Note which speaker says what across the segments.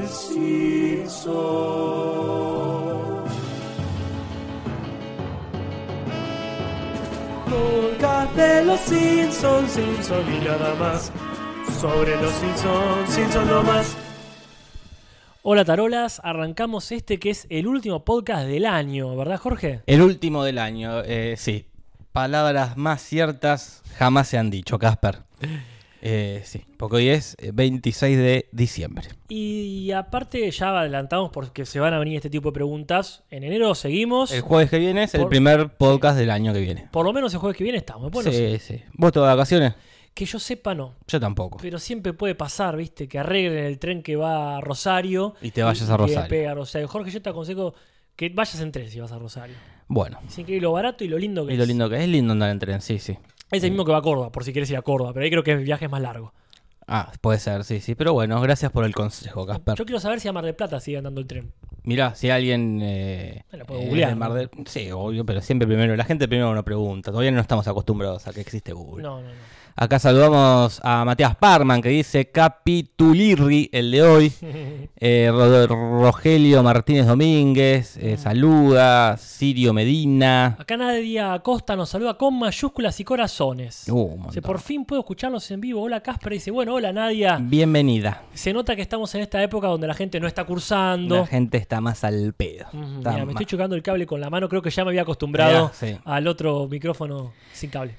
Speaker 1: Así soy. Nunca de los Simpsons, Simpson y nada más. Sobre los Simpsons, Simpson no más.
Speaker 2: Hola Tarolas, arrancamos este que es el último podcast del año, ¿verdad Jorge?
Speaker 3: El último del año, eh, sí. Palabras más ciertas jamás se han dicho, Casper. Eh, sí, porque hoy es eh, 26 de diciembre.
Speaker 2: Y aparte ya adelantamos porque se van a venir este tipo de preguntas. En enero seguimos.
Speaker 3: El jueves que viene es el
Speaker 2: Por-
Speaker 3: primer podcast del año que viene.
Speaker 2: Por lo menos el jueves que viene estamos. Bueno,
Speaker 3: sí, sí. ¿Vos te vas de vacaciones?
Speaker 2: que yo sepa no.
Speaker 3: Yo tampoco.
Speaker 2: Pero siempre puede pasar, ¿viste? Que arreglen el tren que va a Rosario.
Speaker 3: Y te vayas a
Speaker 2: que
Speaker 3: Rosario.
Speaker 2: pegue a Rosario. Jorge, yo te aconsejo que vayas en tren si vas a Rosario.
Speaker 3: Bueno,
Speaker 2: Es increíble lo barato y lo lindo que
Speaker 3: y
Speaker 2: es.
Speaker 3: lo lindo que es, es lindo andar en tren, sí, sí.
Speaker 2: Es el mismo que va a Córdoba, por si quieres ir a Córdoba. Pero ahí creo que el viaje es más largo.
Speaker 3: Ah, puede ser, sí, sí. Pero bueno, gracias por el consejo,
Speaker 2: Yo
Speaker 3: Casper.
Speaker 2: quiero saber si a Mar del Plata sigue andando el tren.
Speaker 3: Mirá, si alguien. Eh,
Speaker 2: Me la puedo
Speaker 3: eh,
Speaker 2: googlear,
Speaker 3: del Mar del- Sí, obvio, pero siempre primero. La gente primero no pregunta. Todavía no estamos acostumbrados a que existe Google.
Speaker 2: No, no, no.
Speaker 3: Acá saludamos a Matías Parman que dice Capitulirri, el de hoy. Eh, Ro- Rogelio Martínez Domínguez eh, saluda. Sirio Medina.
Speaker 2: Mm. Acá Nadia Acosta nos saluda con mayúsculas y corazones.
Speaker 3: Uh, un
Speaker 2: Dice,
Speaker 3: montón.
Speaker 2: por fin puedo escucharlos en vivo. Hola Casper. Dice, bueno, hola Nadia.
Speaker 3: Bienvenida.
Speaker 2: Se nota que estamos en esta época donde la gente no está cursando.
Speaker 3: La gente está más al pedo.
Speaker 2: Ujú,
Speaker 3: Está
Speaker 2: mira, me
Speaker 3: más-
Speaker 2: estoy chocando el cable con la mano. Creo que ya me había acostumbrado
Speaker 3: Mirá, sí.
Speaker 2: al otro micrófono sin cable.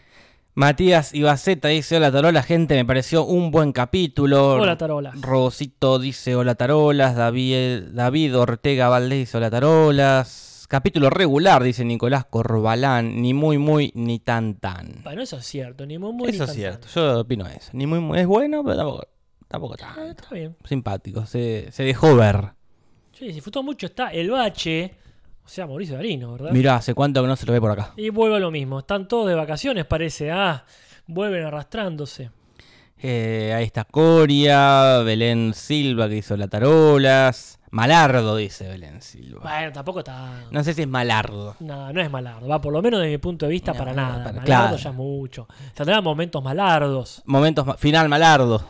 Speaker 3: Matías Ibaceta dice: Hola Tarola, gente, me pareció un buen capítulo.
Speaker 2: Hola, Tarolas.
Speaker 3: Robocito dice: Hola Tarolas. David, David Ortega Valdés dice: Hola Tarolas. Capítulo regular, dice Nicolás Corbalán. Ni muy, muy, ni tan, tan.
Speaker 2: Bueno, eso es cierto. Ni muy, muy ni
Speaker 3: eso es
Speaker 2: tan
Speaker 3: cierto, yo opino eso. Ni muy, muy. Es bueno, pero tampoco, tampoco
Speaker 2: tan. Ah,
Speaker 3: tanto.
Speaker 2: está bien.
Speaker 3: Simpático, se, se dejó ver.
Speaker 2: Sí, disfrutó mucho. Está el bache. O sea, Mauricio Darino, ¿verdad?
Speaker 3: Mirá, hace cuánto que no se lo ve por acá.
Speaker 2: Y vuelve a lo mismo. Están todos de vacaciones, parece. Ah, vuelven arrastrándose.
Speaker 3: Eh, ahí está Coria, Belén Silva que hizo la tarolas. Malardo, dice Belén Silva.
Speaker 2: Bueno, tampoco está.
Speaker 3: No sé si es Malardo.
Speaker 2: No, no es malardo, va, por lo menos desde mi punto de vista,
Speaker 3: No,
Speaker 2: para nada.
Speaker 3: para-
Speaker 2: malardo
Speaker 3: claro.
Speaker 2: ya es mucho. Tendrá momentos malardos.
Speaker 3: Momentos, ma- final Malardo.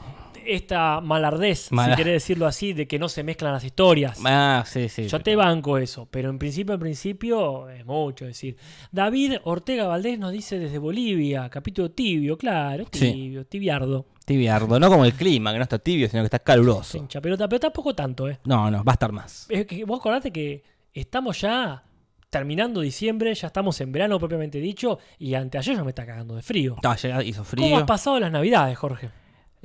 Speaker 2: Esta malardez, si
Speaker 3: Mala-
Speaker 2: querés decirlo así, de que no se mezclan las historias.
Speaker 3: Ah, sí, sí.
Speaker 2: Yo te banco eso, pero en principio, en principio, es mucho decir. David Ortega Valdés nos dice desde Bolivia, capítulo tibio, claro,
Speaker 3: Sí.
Speaker 2: tibio, tibiardo.
Speaker 3: Tibiardo, no como el clima, que no está tibio, sino que está caluroso.
Speaker 2: Hincha pelota, pero tampoco tanto, ¿eh?
Speaker 3: No, no, va a estar más.
Speaker 2: Es que vos acordate que estamos ya terminando diciembre, ya estamos en verano propiamente dicho, y anteayer yo me está cagando de frío.
Speaker 3: No, llega- hizo
Speaker 2: ¿Cómo has
Speaker 3: frío.
Speaker 2: pasado las navidades, Jorge?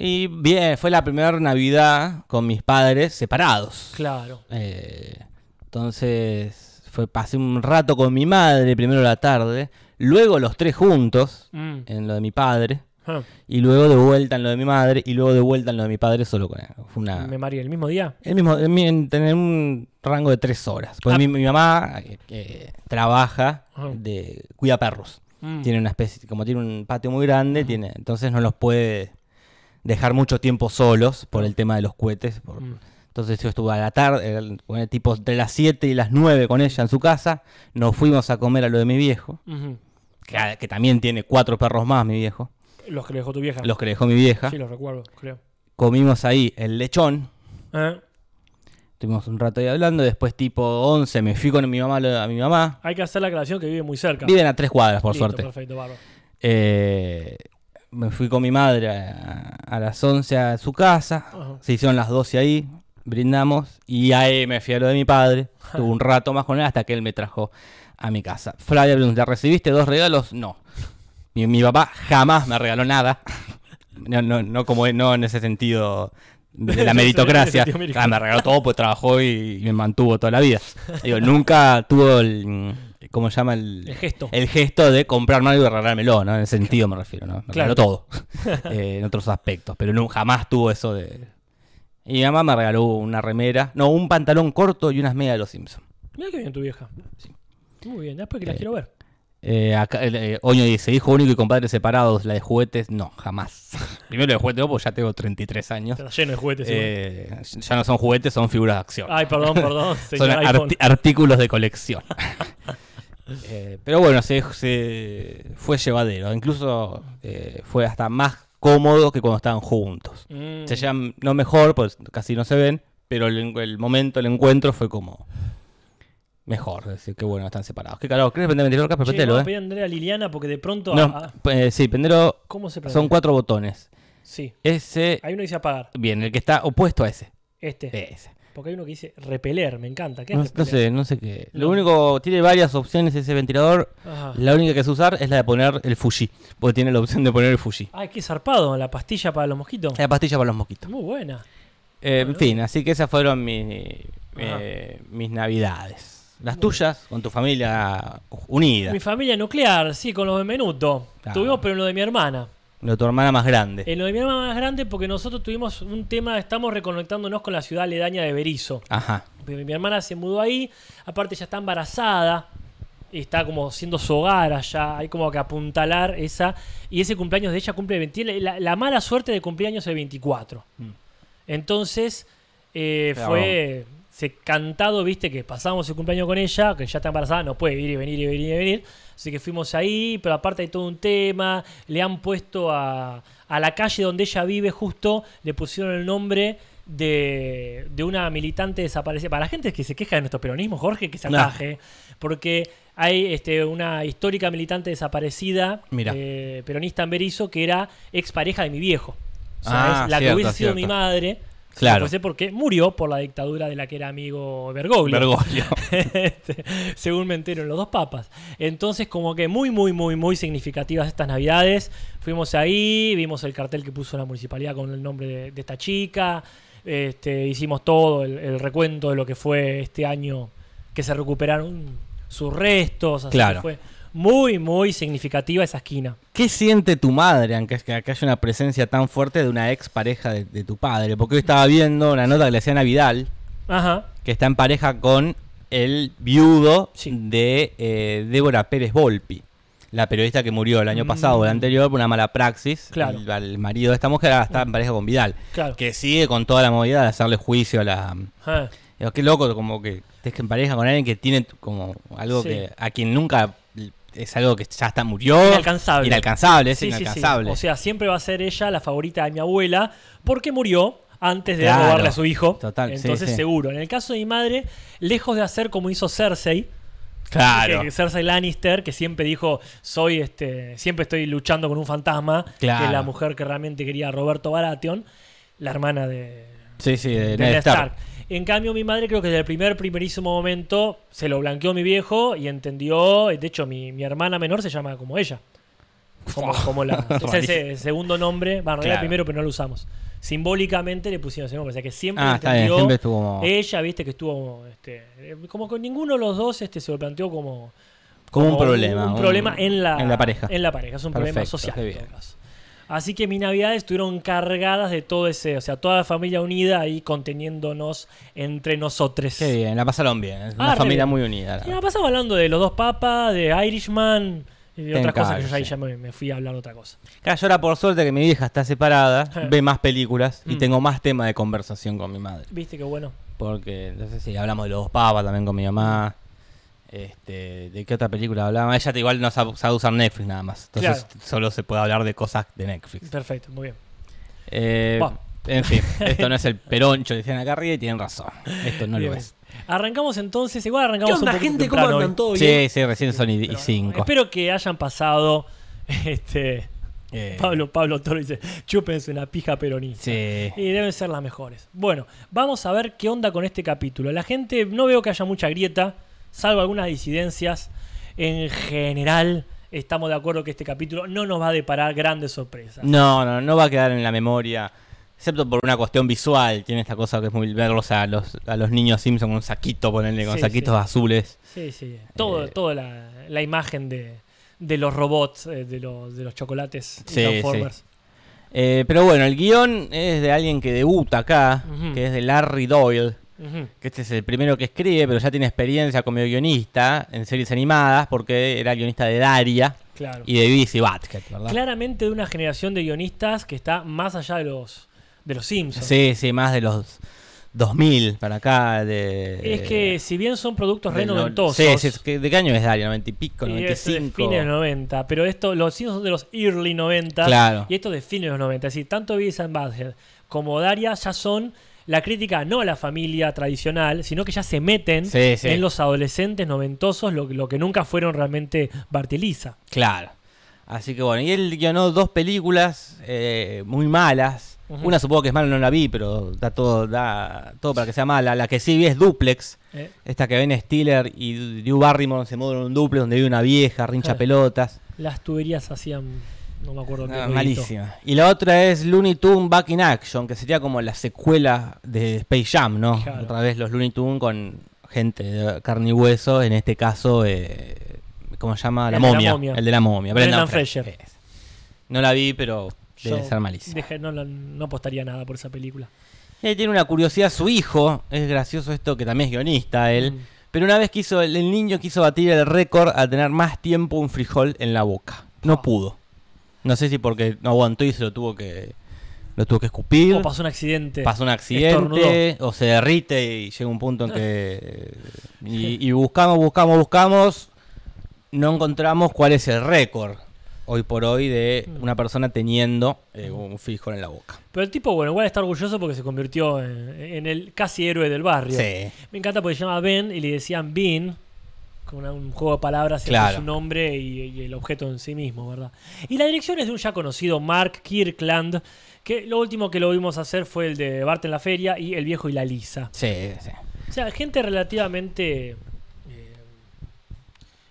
Speaker 3: Y bien, fue la primera Navidad con mis padres separados.
Speaker 2: Claro.
Speaker 3: Eh, entonces, fue, pasé un rato con mi madre, primero la tarde, luego los tres juntos,
Speaker 2: Mm.
Speaker 3: en lo de mi padre,
Speaker 2: Ah,
Speaker 3: y luego de vuelta en lo de mi madre, y luego de vuelta en lo de mi padre solo con él. Fue una...
Speaker 2: Me mareé el mismo día.
Speaker 3: El mismo, el mi- en tener un rango de tres horas. Pues
Speaker 2: Ah.
Speaker 3: mi, mi mamá eh, eh, trabaja,
Speaker 2: Ajá.
Speaker 3: de, cuida perros.
Speaker 2: Mm.
Speaker 3: Tiene una especie, como tiene un patio muy grande, tiene, entonces no los puede dejar mucho tiempo solos por el tema de los cohetes. por-
Speaker 2: Ah. Mm.
Speaker 3: Entonces yo estuve a la tarde, era el- bueno, tipo entre las 7 y las 9 con ella en su casa. Nos fuimos a comer a lo de mi viejo,
Speaker 2: Ujú.
Speaker 3: que, que también tiene cuatro perros más, mi viejo,
Speaker 2: Los que le dejó tu vieja.
Speaker 3: los ¿Ah? que le dejó mi vieja.
Speaker 2: Ah. Sí, los recuerdo, creo.
Speaker 3: Comimos ahí el lechón.
Speaker 2: Eh,
Speaker 3: Estuvimos un rato ahí hablando, después tipo 11 me fui con mi mamá a lo- a mi mamá.
Speaker 2: Hay que hacer la aclaración que vive muy cerca.
Speaker 3: Viven a tres cuadras, por
Speaker 2: Listo,
Speaker 3: suerte.
Speaker 2: Perfecto, bárbaro.
Speaker 3: Eh, me fui con mi madre a, a las 11 a su casa.
Speaker 2: Ajá.
Speaker 3: Se hicieron las 12 ahí, brindamos. Y ahí me fui a lo de mi padre. Tuve un rato más con él hasta que él me trajo a mi casa. Flavia pregunta, ¿recibiste dos regalos? No. Mi, mi papá jamás me regaló nada. No, no, no como es- no en ese sentido de la
Speaker 2: Sí,
Speaker 3: meritocracia.
Speaker 2: sí, sí, sí, sí.
Speaker 3: Ah, me regaló todo, pues trabajó y, y me mantuvo toda la vida. Digo, nunca tuvo el. mm, ¿Cómo se llama?
Speaker 2: El gesto.
Speaker 3: el gesto de comprarme algo y regalármelo, ¿no? En ese sentido me refiero, ¿no? Me
Speaker 2: Claro.
Speaker 3: regaló todo, eh, en otros aspectos, pero no, jamás tuvo eso de... Y mi mamá me regaló una remera, no, un pantalón corto y unas medias de los Simpsons.
Speaker 2: Mira que bien tu vieja. Muy bien, después que las
Speaker 3: Eh,
Speaker 2: quiero ver.
Speaker 3: Eh, acá, el, eh, Oño dice, hijo único y compadres separados, la de juguetes, no, jamás. Primero la de juguetes, no, porque ya tengo 33 años.
Speaker 2: Está lleno de juguetes. igual.
Speaker 3: Eh, ya no son juguetes, son figuras de acción.
Speaker 2: Ay, perdón, perdón.
Speaker 3: Son
Speaker 2: Señor iPhone.
Speaker 3: arti- artículos de colección. Eh, pero bueno, se, se- fue llevadero. Incluso eh, fue hasta más cómodo que cuando estaban juntos.
Speaker 2: Mm.
Speaker 3: Se llevan, no mejor, pues casi no se ven, pero el, en- el momento, el encuentro fue como mejor. Es decir, que bueno, están separados. ¿Qué carajo? ¿Quieres vender ventilador, Casper?
Speaker 2: Che,
Speaker 3: Prendelo,
Speaker 2: vamos a
Speaker 3: ¿eh?
Speaker 2: pedir a Andrea Liliana porque de pronto.
Speaker 3: No,
Speaker 2: ah,
Speaker 3: eh, sí, pendelo
Speaker 2: ¿Cómo se prende?
Speaker 3: son cuatro botones.
Speaker 2: Sí.
Speaker 3: Ese,
Speaker 2: Hay uno que dice apagar.
Speaker 3: bien, el que está opuesto a ese.
Speaker 2: Este.
Speaker 3: Ese.
Speaker 2: Porque hay uno que dice repeler. Me encanta. ¿Qué es
Speaker 3: No, no
Speaker 2: repeler?
Speaker 3: sé, no sé qué. Lo
Speaker 2: No.
Speaker 3: único, tiene varias opciones ese ventilador.
Speaker 2: Ajá.
Speaker 3: La única que sé usar es la de poner el Fuji. Porque tiene la opción de poner el Fuji.
Speaker 2: Ay, qué zarpado. La pastilla para los mosquitos.
Speaker 3: La pastilla para los mosquitos.
Speaker 2: Muy buena.
Speaker 3: Eh, En
Speaker 2: Bueno.
Speaker 3: fin, así que esas fueron mis, eh, mis navidades. Las tuyas, con tu familia unida.
Speaker 2: Mi familia nuclear, sí, con los de Menuto.
Speaker 3: Claro.
Speaker 2: Tuvimos, pero en lo de mi hermana.
Speaker 3: Lo de tu hermana más grande.
Speaker 2: En lo de mi hermana más grande, porque nosotros tuvimos un tema, estamos reconectándonos con la ciudad aledaña de Berizo.
Speaker 3: Ajá.
Speaker 2: Mi mi hermana se mudó ahí, aparte ya está embarazada, y está como siendo su hogar allá, hay como que apuntalar esa, y ese cumpleaños de ella cumple el 20, la, la mala suerte de cumpleaños es el 24.
Speaker 3: Mm.
Speaker 2: Entonces, eh,
Speaker 3: Claro.
Speaker 2: fue se cantado, viste, que pasamos el cumpleaños con ella, que ya está embarazada, no puede ir y venir y venir y venir. Así que fuimos ahí, pero aparte hay todo un tema, le han puesto a, a la calle donde ella vive justo, le pusieron el nombre de, de una militante desaparecida. Para la gente que se queja de nuestro peronismo, Jorge, que se
Speaker 3: Nah.
Speaker 2: ataje, porque hay este, una histórica militante desaparecida,
Speaker 3: Mirá.
Speaker 2: eh, peronista en Berizo, que era expareja de mi viejo. O sea,
Speaker 3: Ah,
Speaker 2: es la que
Speaker 3: cierto,
Speaker 2: hubiese sido
Speaker 3: cierto.
Speaker 2: mi madre. si
Speaker 3: Claro.
Speaker 2: no fuese porque murió por la dictadura de la que era amigo Bergoglio.
Speaker 3: Bergoglio.
Speaker 2: Este, según me entero en los dos papas. Entonces, como que muy, muy, muy, muy significativas estas navidades. Fuimos ahí, vimos el cartel que puso la municipalidad con el nombre de, de esta chica. Este, hicimos todo el, el recuento de lo que fue este año que se recuperaron sus restos. Así
Speaker 3: Claro.
Speaker 2: que fue muy, muy significativa esa esquina.
Speaker 3: ¿Qué siente tu madre, aunque es que acá haya una presencia tan fuerte de una ex pareja de, de tu padre? Porque hoy estaba viendo una nota que le hacían a Vidal,
Speaker 2: Ajá.
Speaker 3: que está en pareja con el viudo
Speaker 2: Sí.
Speaker 3: de eh, Débora Pérez Volpi, la periodista que murió el año pasado o el
Speaker 2: Mm.
Speaker 3: anterior por una mala praxis.
Speaker 2: Claro.
Speaker 3: El, al marido de esta mujer ahora está en pareja con Vidal,
Speaker 2: Claro. Ah.
Speaker 3: que sigue con toda la movida de hacerle juicio a la...
Speaker 2: Ajá.
Speaker 3: Digo, Qué loco, como que estés en pareja con alguien que tiene como algo
Speaker 2: Sí.
Speaker 3: que a quien nunca es algo que ya está murió.
Speaker 2: Inalcanzable.
Speaker 3: Inalcanzable, es
Speaker 2: Sí, sí, sí.
Speaker 3: inalcanzable.
Speaker 2: O sea, siempre va a ser ella la favorita de mi abuela porque murió antes de
Speaker 3: Claro.
Speaker 2: robarle a su hijo.
Speaker 3: Total, sí,
Speaker 2: Entonces,
Speaker 3: sí.
Speaker 2: seguro. En el caso de mi madre, lejos de hacer como hizo Cersei,
Speaker 3: claro.
Speaker 2: que Cersei Lannister, que siempre dijo, soy este, siempre estoy luchando con un fantasma, que es
Speaker 3: Claro.
Speaker 2: la mujer que realmente quería a Roberto Baratheon, la hermana de,
Speaker 3: Sí, sí, de,
Speaker 2: de
Speaker 3: Ned
Speaker 2: Ned
Speaker 3: Stark.
Speaker 2: Stark. En cambio, mi madre creo que desde el primer, primerísimo momento se lo blanqueó mi viejo y entendió. De hecho, mi, mi hermana menor se llama como ella. Como, como la. Es ese segundo nombre. Bueno, era el
Speaker 3: Claro.
Speaker 2: primero, pero no lo usamos. Simbólicamente le pusieron ese nombre. O sea que siempre
Speaker 3: Ah, está bien,
Speaker 2: entendió.
Speaker 3: siempre estuvo como-
Speaker 2: Ella, viste, que estuvo. Este, eh, como con ninguno de los dos este, se lo planteó como.
Speaker 3: Como un problema.
Speaker 2: Un, problema en la,
Speaker 3: en la pareja.
Speaker 2: En la pareja, es un problema
Speaker 3: Perfecto,
Speaker 2: social.
Speaker 3: qué
Speaker 2: en
Speaker 3: bien.
Speaker 2: todo caso. Así que mis navidades estuvieron cargadas de todo ese, o sea, toda la familia unida ahí conteniéndonos entre nosotros.
Speaker 3: Qué bien, la pasaron bien. Es
Speaker 2: Ah,
Speaker 3: una
Speaker 2: re
Speaker 3: familia
Speaker 2: bien.
Speaker 3: muy unida. la
Speaker 2: Y nos
Speaker 3: verdad.
Speaker 2: pasamos hablando de los dos papas, de Irishman y de
Speaker 3: Ten
Speaker 2: otras cosas que yo
Speaker 3: Carson.
Speaker 2: ahí ya me, me fui a hablar otra cosa.
Speaker 3: Claro, yo ahora por suerte que mi vieja está separada,
Speaker 2: Eh.
Speaker 3: ve más películas y
Speaker 2: Mm.
Speaker 3: tengo más tema de conversación con mi madre.
Speaker 2: Viste que bueno.
Speaker 3: Porque, no sé si hablamos de los dos papas también con mi mamá. Este, ¿De qué otra película hablamos? Ella te- igual no sabe, sabe usar Netflix nada más. Entonces
Speaker 2: Claro.
Speaker 3: solo se puede hablar de cosas de Netflix.
Speaker 2: Perfecto, muy bien.
Speaker 3: Eh,
Speaker 2: Bueno.
Speaker 3: en fin, esto no es el peroncho, decían acá arriba y tienen razón. Esto no
Speaker 2: Bien.
Speaker 3: lo es.
Speaker 2: Arrancamos entonces, igual
Speaker 4: ¿Qué
Speaker 2: arrancamos
Speaker 4: onda,
Speaker 2: un poquito
Speaker 4: gente? ¿Cómo
Speaker 2: temprano
Speaker 4: andan?
Speaker 2: hoy.
Speaker 4: ¿Todo bien?
Speaker 3: Sí, sí, recién son y- y cinco.
Speaker 2: Espero que hayan pasado este
Speaker 3: Eh,
Speaker 2: Pablo Pablo Toro dice, chúpense una pija peronista.
Speaker 3: Sí.
Speaker 2: Y deben ser las mejores. Bueno, vamos a ver qué onda con este capítulo. La gente, no veo que haya mucha grieta, salvo algunas disidencias. En general, estamos de acuerdo que este capítulo no nos va a deparar grandes sorpresas.
Speaker 3: No, no, no va a quedar en la memoria. Excepto por una cuestión visual. Tiene esta cosa que es muy verlos a los, a los niños Simpson con un saquito, ponerle con
Speaker 2: Sí,
Speaker 3: saquitos
Speaker 2: sí.
Speaker 3: azules.
Speaker 2: Sí, sí. Todo,
Speaker 3: Eh.
Speaker 2: toda la, la imagen de, de los robots, eh, de los, de los chocolates y
Speaker 3: Sí,
Speaker 2: Transformers.
Speaker 3: Eh, pero bueno, el guión es de alguien que debuta acá,
Speaker 2: Ujú.
Speaker 3: que es de Larry Doyle.
Speaker 2: Ujú.
Speaker 3: Que este es el primero que escribe, pero ya tiene experiencia como guionista en series animadas, porque era guionista de Daria
Speaker 2: Claro.
Speaker 3: y de Beavis y Butthead, ¿verdad?
Speaker 2: Claramente de una generación de guionistas que está más allá de los, de los Simpsons.
Speaker 3: Sí, sí, más de los 2000 para acá. De,
Speaker 2: Es que si bien son productos re
Speaker 3: Eh, del no-
Speaker 2: noventosos,
Speaker 3: Sí, sí, es que- ¿de qué año es Daria? ¿90 y pico?
Speaker 2: Y es de
Speaker 3: 95.
Speaker 2: fines de los 90, pero esto, los Simpsons son de los early 90
Speaker 3: Claro.
Speaker 2: y esto de fines de los 90. Es decir, tanto Beavis and Butthead como Daria ya son la crítica no a la familia tradicional, sino que ya se meten
Speaker 3: Sí, sí.
Speaker 2: en los adolescentes noventosos, lo, lo que nunca fueron realmente Barteliza.
Speaker 3: Claro. Así que bueno, y él guionó dos películas eh, muy malas.
Speaker 2: Ujú.
Speaker 3: Una supongo que es mala, no la vi, pero da todo, da todo para que sea mala. La que sí vi es Duplex.
Speaker 2: ¿eh?
Speaker 3: Esta que Ben Stiller y Drew Barrymore se mudan en un duplex donde vive una vieja, rincha
Speaker 2: Claro.
Speaker 3: pelotas.
Speaker 2: Las tuberías hacían, no me acuerdo qué.
Speaker 3: Ah,
Speaker 2: ruidito.
Speaker 3: malísima. Y la otra es Looney Tunes Back in Action, que sería como la secuela de Space Jam, ¿no?
Speaker 2: Claro.
Speaker 3: Otra vez los Looney Tunes con gente de carne y hueso, en este caso, eh, ¿cómo se llama? La,
Speaker 2: El de la
Speaker 3: momia,
Speaker 2: momia.
Speaker 3: El de la momia.
Speaker 2: Brendan
Speaker 3: Brendan,
Speaker 2: Fraser.
Speaker 3: Fraser. Es. No la vi, pero debe
Speaker 2: Yo
Speaker 3: ser malísima.
Speaker 2: dejé- no, la- no apostaría nada por esa película.
Speaker 3: Eh, tiene una curiosidad su hijo, es gracioso esto que también es guionista él,
Speaker 2: Mm.
Speaker 3: pero una vez quiso, el, el niño quiso batir el récord a tener más tiempo un frijol en la boca. No
Speaker 2: Ah.
Speaker 3: pudo. No sé si porque no aguantó y se lo tuvo que lo tuvo que escupir.
Speaker 2: O pasó un accidente.
Speaker 3: Pasó un accidente o se derrite y llega un punto en que y, y buscamos, buscamos, buscamos, no encontramos cuál es el récord hoy por hoy de
Speaker 2: Mm.
Speaker 3: una persona teniendo eh, un frijol en la boca.
Speaker 2: Pero el tipo, bueno, igual está orgulloso porque se convirtió en, en el casi héroe del barrio.
Speaker 3: Sí.
Speaker 2: Me encanta porque se llama Ben y le decían Bean, con una- un juego de palabras entre
Speaker 3: Claro.
Speaker 2: su nombre y, y el objeto en sí mismo, ¿verdad? Y la dirección es de un ya conocido Mark Kirkland, que lo último que lo vimos hacer fue el de Bart en la feria y El viejo y la lisa.
Speaker 3: Sí, sí.
Speaker 2: O sea, gente relativamente eh,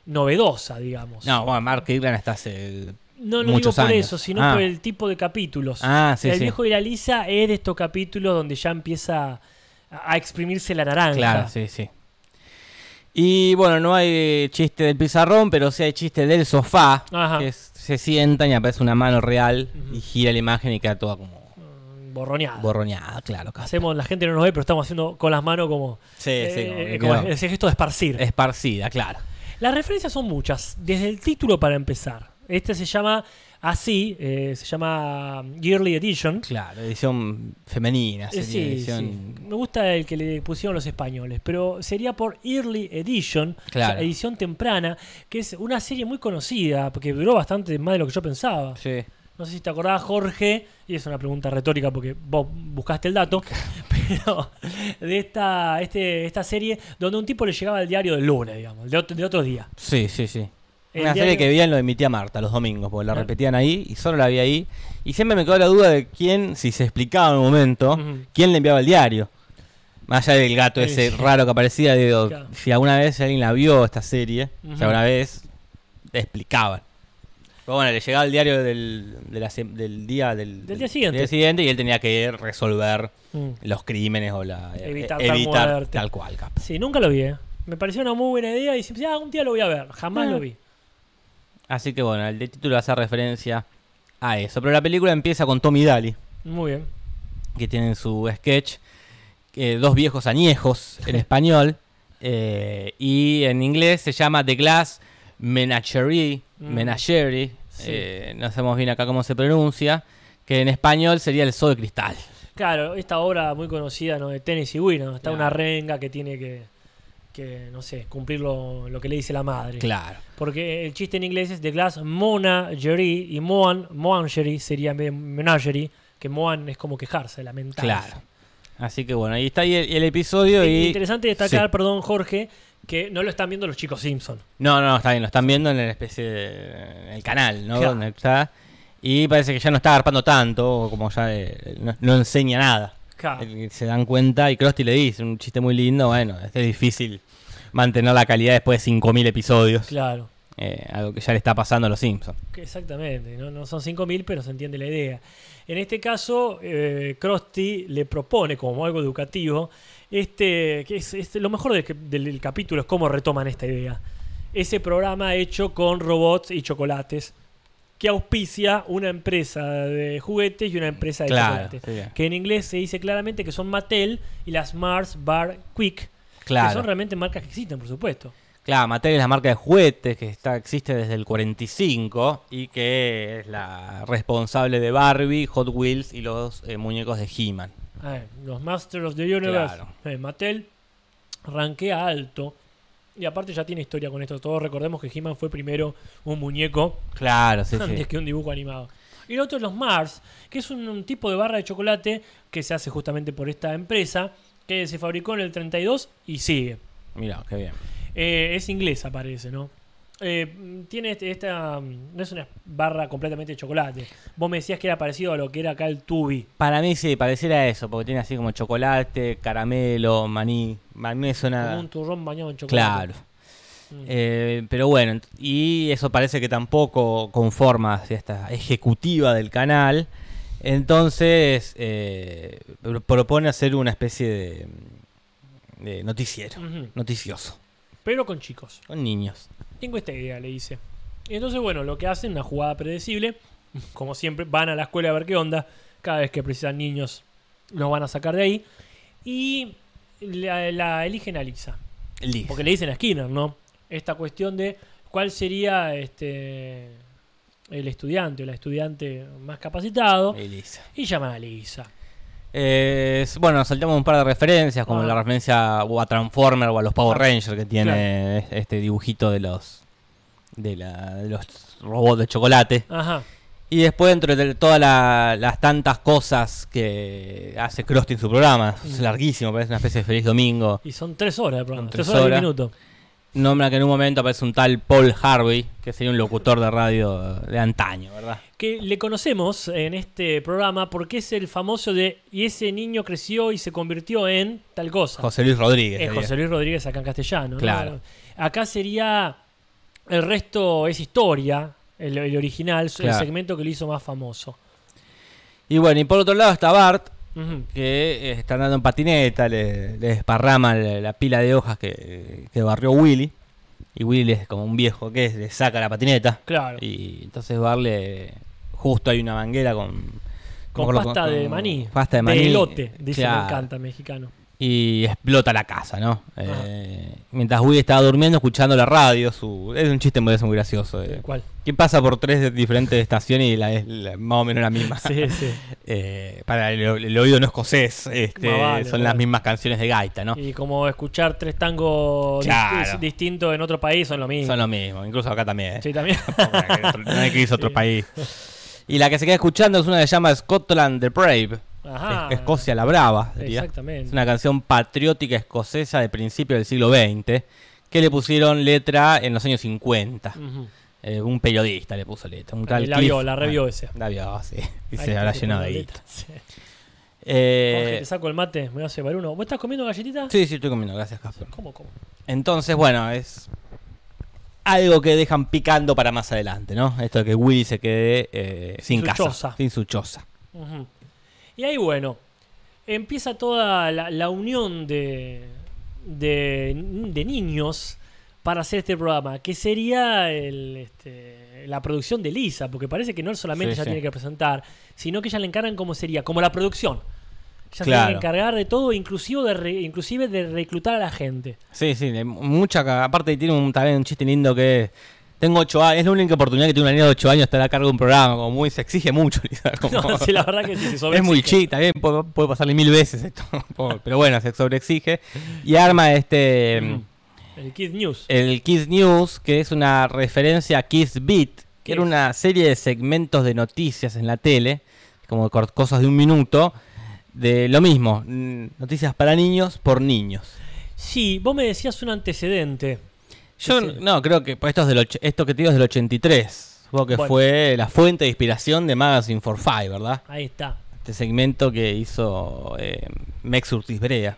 Speaker 2: novedosa, digamos.
Speaker 3: No, bueno, Mark Kirkland está hace.
Speaker 2: No lo digo
Speaker 3: Muchos
Speaker 2: por
Speaker 3: años.
Speaker 2: eso, sino
Speaker 3: Ah.
Speaker 2: por el tipo de capítulos.
Speaker 3: Ah, sí,
Speaker 2: el
Speaker 3: sí.
Speaker 2: viejo y la lisa es de estos capítulos donde ya empieza a, a exprimirse la naranja.
Speaker 3: Claro, sí, sí. Y bueno, no hay chiste del pizarrón, pero sí hay chiste del sofá.
Speaker 2: Ajá.
Speaker 3: Que es- se sientan y aparece una mano real
Speaker 2: Ujú.
Speaker 3: y gira la imagen y queda toda como
Speaker 2: Mm, Borroneada.
Speaker 3: borroneada, claro. casi.
Speaker 2: Hacemos, la gente no nos ve, pero estamos haciendo con las manos como,
Speaker 3: Sí, sí, como
Speaker 2: eh,
Speaker 3: que
Speaker 2: como
Speaker 3: quedó
Speaker 2: ese gesto de esparcir.
Speaker 3: esparcida, claro.
Speaker 2: Las referencias son muchas. Desde el título para empezar. Este se llama así, eh, se llama Yearly Edition.
Speaker 3: Claro, edición femenina,
Speaker 2: Eh,
Speaker 3: sería
Speaker 2: sí,
Speaker 3: edición.
Speaker 2: sí. Me gusta el que le pusieron los españoles, pero sería por Early Edition, o sea,
Speaker 3: Claro.
Speaker 2: edición temprana, que es una serie muy conocida, porque duró bastante más de lo que yo pensaba.
Speaker 3: Sí.
Speaker 2: No sé si te acordás, Jorge, y es una pregunta retórica porque vos buscaste el dato, pero de esta, este, esta serie donde un tipo le llegaba el diario del lunes, digamos, de otro, de otro día.
Speaker 3: Sí, sí, sí.
Speaker 2: El
Speaker 3: Una
Speaker 2: diario-
Speaker 3: serie que veían lo emitía Marta los domingos, porque la
Speaker 2: Claro.
Speaker 3: repetían ahí y solo la vi ahí. Y siempre me quedó la duda de quién, si se explicaba en un momento,
Speaker 2: Ujú.
Speaker 3: quién le enviaba el diario. Más allá del gato
Speaker 2: Sí,
Speaker 3: ese
Speaker 2: sí.
Speaker 3: raro que aparecía, digo,
Speaker 2: Claro.
Speaker 3: si alguna vez alguien la vio esta serie,
Speaker 2: Ujú.
Speaker 3: si alguna vez te explicaban. Pero bueno, le llegaba el diario del, de la se- del día del,
Speaker 2: Del día siguiente.
Speaker 3: y él tenía que resolver
Speaker 2: Mm.
Speaker 3: los crímenes o la
Speaker 2: Evitar
Speaker 3: evitar,
Speaker 2: tal
Speaker 3: evitar tal,
Speaker 2: muerte.
Speaker 3: cual. capaz.
Speaker 2: Sí, nunca lo vi, ¿eh? Me pareció una muy buena idea y siempre decía, ah, un día lo voy a ver. Jamás
Speaker 3: Ah.
Speaker 2: lo vi.
Speaker 3: Así que bueno, el de título hace referencia a eso. Pero la película empieza con Tommy Daly,
Speaker 2: Muy bien.
Speaker 3: que tiene en su sketch eh, dos viejos añejos en español. eh, y en inglés se llama The Glass Menagerie.
Speaker 2: Mm.
Speaker 3: Menagerie
Speaker 2: Sí.
Speaker 3: eh, no sabemos bien acá cómo se pronuncia. Que en español sería el zoo de cristal.
Speaker 2: Claro, esta obra muy conocida ¿no? de Tennessee Williams, está
Speaker 3: Claro.
Speaker 2: una renga que tiene que, que, no sé, cumplir lo, lo que le dice la madre.
Speaker 3: Claro.
Speaker 2: Porque el chiste en inglés es The Glass Monagerie y Moan, Moangerie sería en vez de Menagerie, que Moan es como quejarse, lamentarse.
Speaker 3: Claro. Así que bueno, ahí está y el, y el episodio.
Speaker 2: Es
Speaker 3: y...
Speaker 2: Interesante destacar, perdón Jorge, que no lo están viendo los chicos Simpson.
Speaker 3: No, no, está bien, lo están viendo en el especie de- en el canal, ¿no?
Speaker 2: Claro.
Speaker 3: Donde está. Y parece que ya no está agarpando tanto, o como ya eh, no, no enseña nada.
Speaker 2: Claro.
Speaker 3: Eh, Se dan cuenta, y Krusty le dice, un chiste muy lindo, bueno, es difícil mantener la calidad después de 5.000 episodios.
Speaker 2: Claro.
Speaker 3: Eh, algo que ya le está pasando a los Simpsons.
Speaker 2: Que Exactamente, no, no son 5.000, pero se entiende la idea. En este caso, eh, Krusty le propone como algo educativo, este, que es, es lo mejor del, que- del capítulo es cómo retoman esta idea. Ese programa hecho con robots y chocolates, que auspicia una empresa de juguetes y una empresa de
Speaker 3: Claro,
Speaker 2: chocolates.
Speaker 3: sí.
Speaker 2: Que en inglés se dice claramente que son Mattel y las Mars Bar Quick, que son
Speaker 3: Claro,
Speaker 2: realmente marcas que existen, por supuesto.
Speaker 3: claro, Mattel es la marca de juguetes que está, existe desde el 45 y que es la responsable de Barbie, Hot Wheels y los eh, muñecos de He-Man.
Speaker 2: Ah, los Masters of the Universe.
Speaker 3: Claro.
Speaker 2: Eh, Mattel rankea alto. Y aparte ya tiene historia con esto. Todos recordemos que He-Man fue primero un muñeco
Speaker 3: Claro, sí, sí.
Speaker 2: antes que un dibujo animado. Y el otro es los Mars, que es un, un tipo de barra de chocolate que se hace justamente por esta empresa, que se fabricó en el 32 y sigue.
Speaker 3: Mirá, qué bien.
Speaker 2: Eh, es inglesa, parece, ¿no? Eh, tiene este- esta. No es una barra completamente de chocolate. Vos me decías que era parecido a lo que era acá el Tubi.
Speaker 3: Para mí sí, pareciera eso, porque tiene así como chocolate, caramelo, maní. A mí me
Speaker 2: Como
Speaker 3: suena.
Speaker 2: un turrón bañado en chocolate.
Speaker 3: Claro.
Speaker 2: Mm.
Speaker 3: Eh, pero bueno, ent- y eso parece que tampoco conforma hacia esta ejecutiva del canal. Entonces eh, pro- propone hacer una especie de, de noticiero,
Speaker 2: Ujú.
Speaker 3: noticioso,
Speaker 2: Pero con chicos.
Speaker 3: con niños.
Speaker 2: Tengo esta idea, le dice. Y entonces, bueno, lo que hacen, una jugada predecible. Como siempre, van a la escuela a ver qué onda. Cada vez que precisan niños, los van a sacar de ahí. Y la, la eligen a Lisa.
Speaker 3: Liz.
Speaker 2: Porque le dicen a Skinner, ¿no? Esta cuestión de cuál sería este el estudiante o la estudiante más capacitado.
Speaker 3: Elisa.
Speaker 2: Y llaman a Lisa.
Speaker 3: Eh, es- bueno, nos saltamos un par de referencias, como
Speaker 2: Ah.
Speaker 3: la referencia o a Transformer o a los Power
Speaker 2: Ah,
Speaker 3: Rangers que tiene es- este dibujito de los de, la- de los robots de chocolate.
Speaker 2: Ajá.
Speaker 3: Y después dentro de todas la- las tantas cosas que hace Krusty en su programa, es
Speaker 2: Mm.
Speaker 3: larguísimo, parece una especie de feliz domingo.
Speaker 2: Y son tres horas de programa.
Speaker 3: Son
Speaker 2: Tres,
Speaker 3: tres
Speaker 2: horas, y
Speaker 3: horas.
Speaker 2: un minuto.
Speaker 3: Nombra que en un momento aparece un tal Paul Harvey, que sería un locutor de radio de antaño, ¿verdad?
Speaker 2: que le conocemos en este programa porque es el famoso de y ese niño creció y se convirtió en tal cosa.
Speaker 3: José Luis Rodríguez.
Speaker 2: es
Speaker 3: sería.
Speaker 2: José Luis Rodríguez acá en castellano. ¿no?
Speaker 3: Claro.
Speaker 2: Acá sería el resto es historia, el, el original, el
Speaker 3: Claro.
Speaker 2: segmento que lo hizo más famoso.
Speaker 3: Y bueno, y por otro lado está Bart,
Speaker 2: Ujú.
Speaker 3: que eh, está andando en patineta, le, le desparrama la, la pila de hojas que, que barrió Willy. Y Willy es como un viejo que es, le saca la patineta.
Speaker 2: Claro.
Speaker 3: Y entonces darle justo hay una manguera con
Speaker 2: Con
Speaker 3: no me acuerdo,
Speaker 2: pasta
Speaker 3: con-
Speaker 2: de maní.
Speaker 3: Pasta de maní.
Speaker 2: elote, dice
Speaker 3: Claro.
Speaker 2: me encanta, mexicano.
Speaker 3: Y explota la casa, ¿no? Eh, mientras Woody estaba durmiendo escuchando la radio, su es un chiste muy, es muy gracioso. eh.
Speaker 2: Tal cual.
Speaker 3: Que pasa por tres de- diferentes estaciones y la es la- más o menos la misma.
Speaker 2: Sí, sí.
Speaker 3: Eh, para el, el oído no escocés, este,
Speaker 2: Más vale,
Speaker 3: son
Speaker 2: más
Speaker 3: las
Speaker 2: vale.
Speaker 3: mismas canciones de gaita, ¿no?
Speaker 2: Y como escuchar tres tangos dis-
Speaker 3: Claro.
Speaker 2: distintos en otro país son lo mismo.
Speaker 3: Son lo mismo, incluso acá también.
Speaker 2: Sí, también.
Speaker 3: no hay que irse a otro país. Y la que se queda escuchando es una que se llama Scotland the Brave.
Speaker 2: Ajá.
Speaker 3: Es- Escocia la Brava, sería.
Speaker 2: Ah. Exactamente.
Speaker 3: Es una canción patriótica escocesa de principio del siglo XX que le pusieron letra en los años 50.
Speaker 2: Ujú.
Speaker 3: Eh, un periodista le puso letra. Un
Speaker 2: Y
Speaker 3: tal
Speaker 2: Mm. la
Speaker 3: Cliff-
Speaker 2: vio, la revió
Speaker 3: Ah,
Speaker 2: ese.
Speaker 3: La vio, sí. Y
Speaker 2: Ahí
Speaker 3: se
Speaker 2: está,
Speaker 3: habrá
Speaker 2: te
Speaker 3: llenado
Speaker 2: pongo
Speaker 3: de
Speaker 2: la
Speaker 3: guita.
Speaker 2: letra. Sí.
Speaker 3: Eh,
Speaker 2: Jorge, te saco el mate, me voy a llevar uno. ¿Vos estás comiendo galletitas?
Speaker 3: sí, sí, estoy comiendo. Gracias, Casper.
Speaker 2: ¿Cómo, cómo?
Speaker 3: Entonces, bueno, es algo que dejan picando para más adelante, ¿no? Esto de que Willy se quede eh, sin
Speaker 2: Su
Speaker 3: casa,
Speaker 2: choza.
Speaker 3: sin su choza.
Speaker 2: Ujú. Y ahí, bueno, empieza toda la, la unión de, de, de niños para hacer este programa, que sería el, este, la producción de Lisa, porque parece que no solamente
Speaker 3: Sí,
Speaker 2: ella
Speaker 3: sí.
Speaker 2: tiene que presentar, sino que ella le encargan como sería, como la producción. Ella se tiene
Speaker 3: Claro.
Speaker 2: que encargar de todo, inclusive de, re- inclusive de reclutar a la gente.
Speaker 3: Sí, sí, le- mucha. ca- Aparte, tiene un, también un chiste lindo que es, Tengo ocho años, es la única oportunidad que tiene una niña de ocho años estar a cargo de un programa. Como muy, se exige mucho, Lisa, como-
Speaker 2: No, sí, la verdad que sí, se
Speaker 3: es muy
Speaker 2: sobreexige.
Speaker 3: chita, bien, puede, puede pasarle mil veces esto. pobre, Pero bueno, se sobreexige. Y arma este.
Speaker 2: Mm. El Kid News.
Speaker 3: El Kids News, que es una referencia a Kids Beat, que era
Speaker 2: es?
Speaker 3: una serie de segmentos de noticias en la tele, como cor- cosas de un minuto, de lo mismo, mm, noticias para niños por niños.
Speaker 2: Sí, vos me decías un antecedente.
Speaker 3: Yo
Speaker 2: Sí, sí.
Speaker 3: no creo que pues, esto, es del och- esto que te digo es del 83, supongo que
Speaker 2: Bueno.
Speaker 3: fue la fuente de inspiración de Magazine for Five, ¿verdad?
Speaker 2: Ahí está.
Speaker 3: Este segmento que hizo eh, Mex Urtis Brea.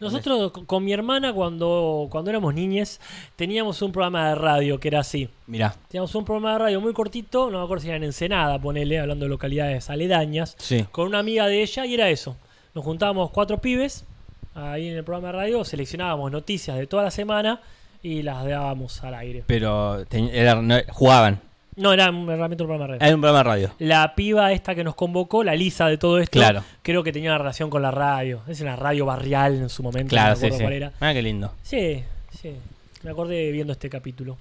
Speaker 2: Nosotros co- con mi hermana cuando, cuando éramos niñes teníamos un programa de radio que era así.
Speaker 3: Mirá,
Speaker 2: Teníamos un programa de radio muy cortito, no me acuerdo si era en Ensenada, ponele, hablando de localidades aledañas,
Speaker 3: sí.
Speaker 2: con una amiga de ella y era eso. Nos juntábamos cuatro pibes ahí en el programa de radio, seleccionábamos noticias de toda la semana y las dábamos al aire.
Speaker 3: Pero te- era- no- jugaban.
Speaker 2: No, era un- realmente un programa de radio.
Speaker 3: Era un programa de radio.
Speaker 2: La piba esta que nos convocó, la Lisa de todo esto,
Speaker 3: Claro.
Speaker 2: creo que tenía una relación con la radio. Es una radio barrial en su momento, no
Speaker 3: Claro,
Speaker 2: me
Speaker 3: sí,
Speaker 2: acuerdo
Speaker 3: sí.
Speaker 2: cuál era.
Speaker 3: Ah, qué lindo.
Speaker 2: Sí, sí. Me acordé viendo este capítulo.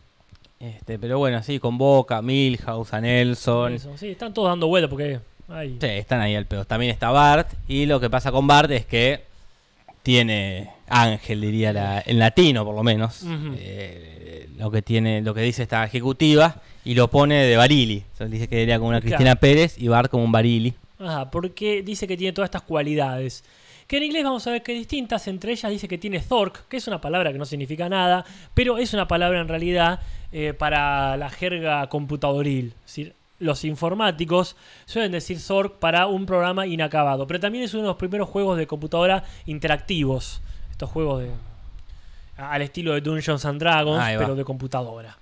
Speaker 3: Este, pero bueno, sí, con Boca, Milhouse, a Nelson.
Speaker 2: Eso, Sí, están todos dando vueltas porque. ay,
Speaker 3: Sí, están ahí al pedo. También está Bart. Y lo que pasa con Bart es que tiene Ángel, diría la- en latino por lo menos,
Speaker 2: Ujú.
Speaker 3: eh, lo que tiene, lo que dice esta ejecutiva y lo pone de Barili. O sea, dice que era como una
Speaker 2: Claro.
Speaker 3: Cristina Pérez y Bar como un Barili.
Speaker 2: Ajá, porque dice que tiene todas estas cualidades. Que en inglés vamos a ver que distintas, entre ellas dice que tiene Thork, que es una palabra que no significa nada, pero es una palabra en realidad eh, para la jerga computadoril. Es decir, los informáticos suelen decir Thork para un programa inacabado, pero también es uno de los primeros juegos de computadora interactivos. Estos juegos de, a- al estilo de Dungeons and Dragons,
Speaker 3: Ahí va.
Speaker 2: pero de computadora.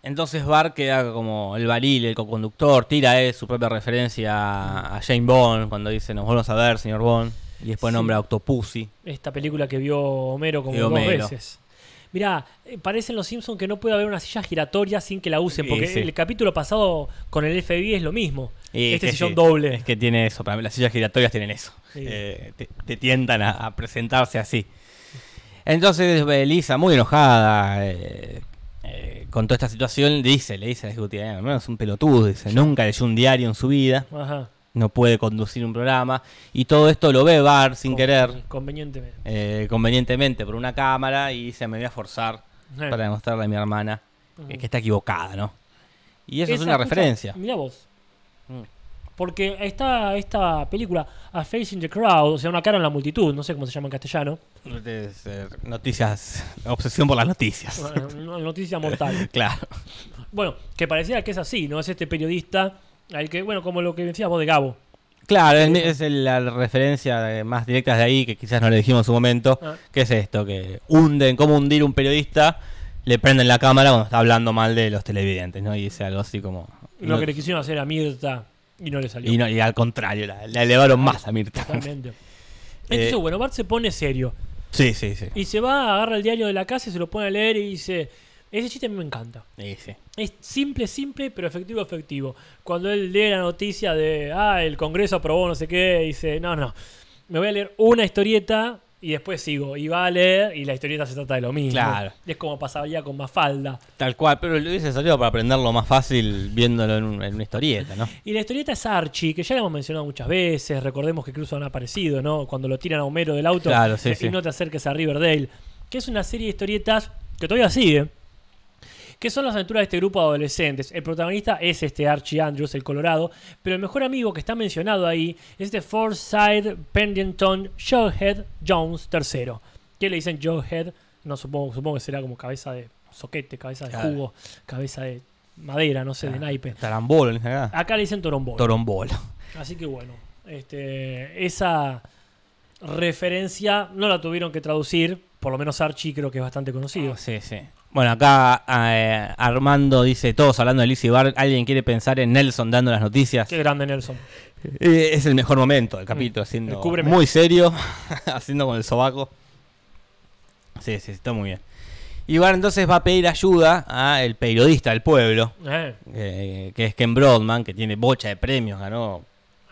Speaker 3: Entonces Bar queda como el baril, el co-conductor, tira él su propia referencia a- a Jane Bond cuando dice nos volvemos a ver, señor Bond, y después
Speaker 2: Sí.
Speaker 3: nombra a Octopussy.
Speaker 2: Esta película que vio Homero como
Speaker 3: Y
Speaker 2: dos
Speaker 3: Homero.
Speaker 2: veces. Mirá, eh, parecen los Simpsons que no puede haber una silla giratoria sin que la usen, porque
Speaker 3: Sí, sí.
Speaker 2: el capítulo pasado con el FBI es lo mismo.
Speaker 3: Y
Speaker 2: este
Speaker 3: que
Speaker 2: sillón
Speaker 3: sí,
Speaker 2: doble.
Speaker 3: Es que tiene eso, para mí las sillas giratorias tienen eso.
Speaker 2: Sí.
Speaker 3: Eh, te, te tientan a, a presentarse así. Entonces eh, Lisa, muy enojada eh, eh, con toda esta situación, dice, le dice a la ejecutiva, "Eh, hermano, es un pelotudo, dice, nunca leyó un diario en su vida,
Speaker 2: Ajá.
Speaker 3: no puede conducir un programa, y todo esto lo ve Bar sin
Speaker 2: Con-
Speaker 3: querer,
Speaker 2: Convenientemente.
Speaker 3: eh, convenientemente por una cámara, y dice, me voy a forzar
Speaker 2: Eh.
Speaker 3: para demostrarle a mi hermana que, que está equivocada, ¿no? Y eso es
Speaker 2: Esa
Speaker 3: una
Speaker 2: cosa-
Speaker 3: referencia.
Speaker 2: Mirá vos.
Speaker 3: Mm.
Speaker 2: Porque está esta película, A Face in the Crowd, o sea, una cara en la multitud, no sé cómo se llama en castellano.
Speaker 3: Entonces, eh, Noticias, obsesión por las noticias.
Speaker 2: Una noticia mortal.
Speaker 3: Claro.
Speaker 2: Bueno, que parecía que es así, ¿no? Es este periodista al que, bueno, como lo que decías vos de Gabo.
Speaker 3: Claro, es, es el- la referencia eh, más directa de ahí, que quizás no le dijimos en su momento,
Speaker 2: Ah.
Speaker 3: que es esto, que hunden, cómo hundir un periodista, le prenden la cámara cuando está hablando mal de los televidentes, ¿no? Y dice algo así como...
Speaker 2: Lo que le quisieron hacer a Mirta y no le salió.
Speaker 3: y, no- y al contrario, la, la elevaron más a Mirta.
Speaker 2: Totalmente. Entonces,
Speaker 3: Eh,
Speaker 2: bueno, Bart se pone serio.
Speaker 3: Sí, sí, sí.
Speaker 2: Y se va, agarra el diario de la casa y se lo pone a leer y dice: Ese chiste a mí me encanta.
Speaker 3: Sí, sí.
Speaker 2: Es simple, simple, pero efectivo, efectivo. Cuando él lee la noticia de, ah, el Congreso aprobó no sé qué, dice, no, no, me voy a leer una historieta y después sigo. Y va a leer y la historieta se trata de lo mismo.
Speaker 3: Claro.
Speaker 2: Y es como pasaría con Mafalda.
Speaker 3: Tal cual, pero le hubiese salido para aprenderlo más fácil viéndolo en, un- en una historieta, ¿no?
Speaker 2: Y la historieta es Archie, que ya la hemos mencionado muchas veces. Recordemos que incluso han aparecido, ¿no? Cuando lo tiran a Homero del auto
Speaker 3: Claro, sí,
Speaker 2: y
Speaker 3: sí.
Speaker 2: no te acerques a Riverdale. Que es una serie de historietas que todavía sigue. Que son las aventuras de este grupo de adolescentes. El protagonista es este Archie Andrews, el Colorado. Pero el mejor amigo que está mencionado ahí es este Forsyth Pendleton Jughead Jones III. Que le dicen Jughead, no supongo, supongo que será como cabeza de soquete, cabeza de
Speaker 3: Claro.
Speaker 2: jugo, cabeza de madera, no sé, de naipe.
Speaker 3: Tarambolo, ¿no? acá.
Speaker 2: Acá le dicen torombolo.
Speaker 3: Torombolo.
Speaker 2: Así que bueno, este, esa referencia no la tuvieron que traducir, por lo menos Archie creo que es bastante conocido.
Speaker 3: Ah, Sí, sí. Bueno, acá eh, Armando dice, todos hablando de Lizzie Bar, alguien quiere pensar en Nelson dando las noticias. Mm,
Speaker 2: Qué grande Nelson.
Speaker 3: Eh, es el mejor momento del capítulo, siendo
Speaker 2: cúbreme.
Speaker 3: muy serio, haciendo con el sobaco. Sí, sí, está muy bien. Y Bar entonces va a pedir ayuda al periodista del pueblo,
Speaker 2: Eh,
Speaker 3: eh, que es Ken Broadman, que tiene bocha de premios, ganó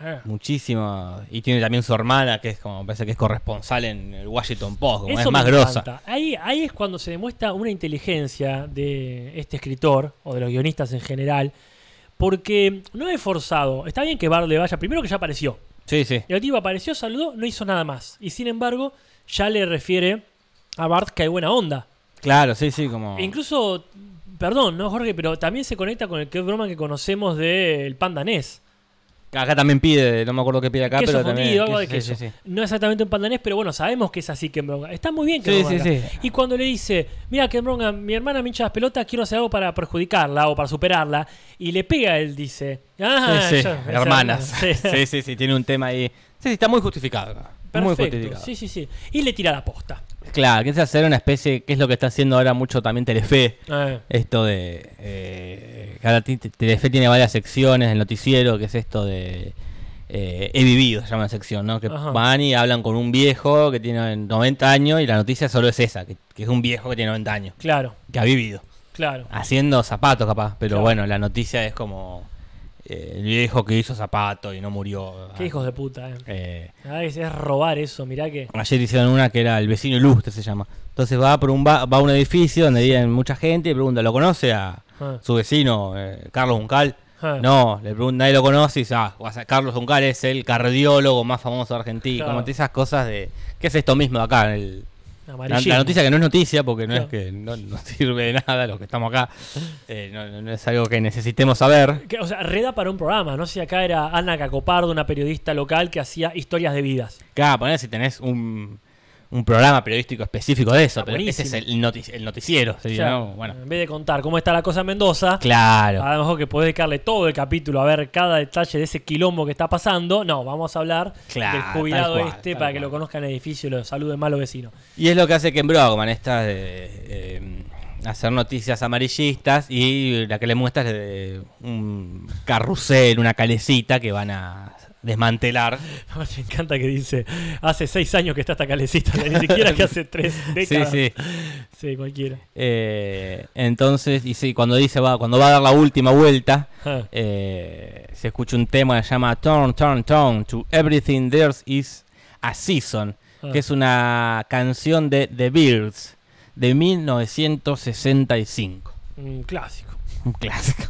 Speaker 2: eh.
Speaker 3: muchísimo. Y tiene también su hermana, que es como, parece que es corresponsal en el Washington Post, como
Speaker 2: Eso
Speaker 3: es más
Speaker 2: me
Speaker 3: grosa.
Speaker 2: encanta. Ahí, ahí es cuando se demuestra una inteligencia de este escritor o de los guionistas en general, porque no es forzado. Está bien que Bart le vaya, primero que ya apareció.
Speaker 3: Sí, sí.
Speaker 2: El tipo apareció, saludó, no hizo nada más. Y sin embargo, ya le refiere a Bart que hay buena onda.
Speaker 3: Claro, sí, sí, como...
Speaker 2: E incluso, perdón, ¿no, Jorge? Pero también se conecta con el que broma que conocemos del pan danés.
Speaker 3: Acá también pide, no me acuerdo qué pide acá,
Speaker 2: queso
Speaker 3: Ah, pero también.
Speaker 2: fundido, algo de
Speaker 3: queso,
Speaker 2: queso.
Speaker 3: sí, sí, sí.
Speaker 2: No exactamente un pan danés, pero bueno, sabemos que es así Ken Brogan. Está muy bien Ken
Speaker 3: Sí,
Speaker 2: Brogan
Speaker 3: sí,
Speaker 2: acá.
Speaker 3: sí.
Speaker 2: Y cuando le dice, mira Ken Brogan, mi hermana me hincha las pelotas, quiero hacer algo para perjudicarla o para superarla. Y le pega, él dice, ah,
Speaker 3: Sí, sí,
Speaker 2: yo- esa
Speaker 3: hermanas.
Speaker 2: hermana".
Speaker 3: Sí. sí, sí, tiene un tema ahí. Sí, sí, está muy justificado. acá, Muy
Speaker 2: Perfecto,
Speaker 3: justificado.
Speaker 2: sí, sí, sí. Y le tira la posta.
Speaker 3: Claro, que es hacer una especie, que es lo que está haciendo ahora mucho también Telefe.
Speaker 2: Eh,
Speaker 3: Esto de. eh, que ahora ti- Telefe tiene varias secciones del noticiero, que es esto de. eh, he vivido, se llama la sección, ¿no? Que
Speaker 2: Ajá.
Speaker 3: van y hablan con un viejo que tiene 90 años y la noticia solo es esa, que, que es un viejo que tiene 90 años,
Speaker 2: claro,
Speaker 3: que ha vivido.
Speaker 2: claro.
Speaker 3: haciendo zapatos capaz, pero
Speaker 2: Claro.
Speaker 3: bueno, la noticia es como eh, el viejo que hizo zapatos y no murió.
Speaker 2: Qué hijos de puta, eh.
Speaker 3: Eh,
Speaker 2: Ah, es, es robar eso, mirá que...
Speaker 3: ayer hicieron una que era el vecino ilustre se llama. Entonces va por un ba- va a un edificio donde viven mucha gente y pregunta, ¿lo conoce a
Speaker 2: Ah.
Speaker 3: su vecino eh, Carlos Uncal?
Speaker 2: Ah. Ah.
Speaker 3: No, le preguntan, nadie lo conoce y dice, ah, o sea, Carlos Uncal es el cardiólogo más famoso de Argentina.
Speaker 2: Claro.
Speaker 3: Como te esas cosas de. ¿Qué es esto mismo de acá? El- la,
Speaker 2: Amarillismo.
Speaker 3: la noticia que no es noticia, porque no
Speaker 2: Claro.
Speaker 3: es que no, no sirve de nada los que estamos acá. Eh, no- no- no es algo que necesitemos saber.
Speaker 2: Que, O sea, reda para un programa, no sé si acá era Ana Cacopardo, una periodista local que hacía historias de vidas.
Speaker 3: Claro, poner si tenés un, un programa periodístico específico de eso,
Speaker 2: Está
Speaker 3: pero ese es
Speaker 2: Ah, buenísimo.
Speaker 3: el, noti- el noticiero,
Speaker 2: O
Speaker 3: sería,
Speaker 2: sea,
Speaker 3: ¿no? Bueno,
Speaker 2: En vez de contar cómo está la cosa en Mendoza,
Speaker 3: claro.
Speaker 2: a lo mejor que podés dedicarle todo el capítulo a ver cada detalle de ese quilombo que está pasando. No, vamos a hablar
Speaker 3: Claro,
Speaker 2: del jubilado
Speaker 3: tal cual,
Speaker 2: este
Speaker 3: tal
Speaker 2: para que
Speaker 3: cual.
Speaker 2: lo conozcan en el edificio y lo saluden mal los vecinos.
Speaker 3: Y es lo que hace Ken Brogman, esta de eh, hacer noticias amarillistas y la que le muestra es de un carrusel, una calecita que van a desmantelar.
Speaker 2: Aparte, Me encanta que dice, hace seis años que está esta calecita, ni siquiera que hace tres décadas.
Speaker 3: Sí, sí.
Speaker 2: Sí, cualquiera.
Speaker 3: Eh, entonces, y sí, cuando dice va, cuando va a dar la última vuelta,
Speaker 2: Ah.
Speaker 3: eh, se escucha un tema que se llama Turn, Turn, Turn to Everything There Is a Season,
Speaker 2: Ah.
Speaker 3: que es una canción de The Beards de 1965.
Speaker 2: Un clásico.
Speaker 3: Un clásico.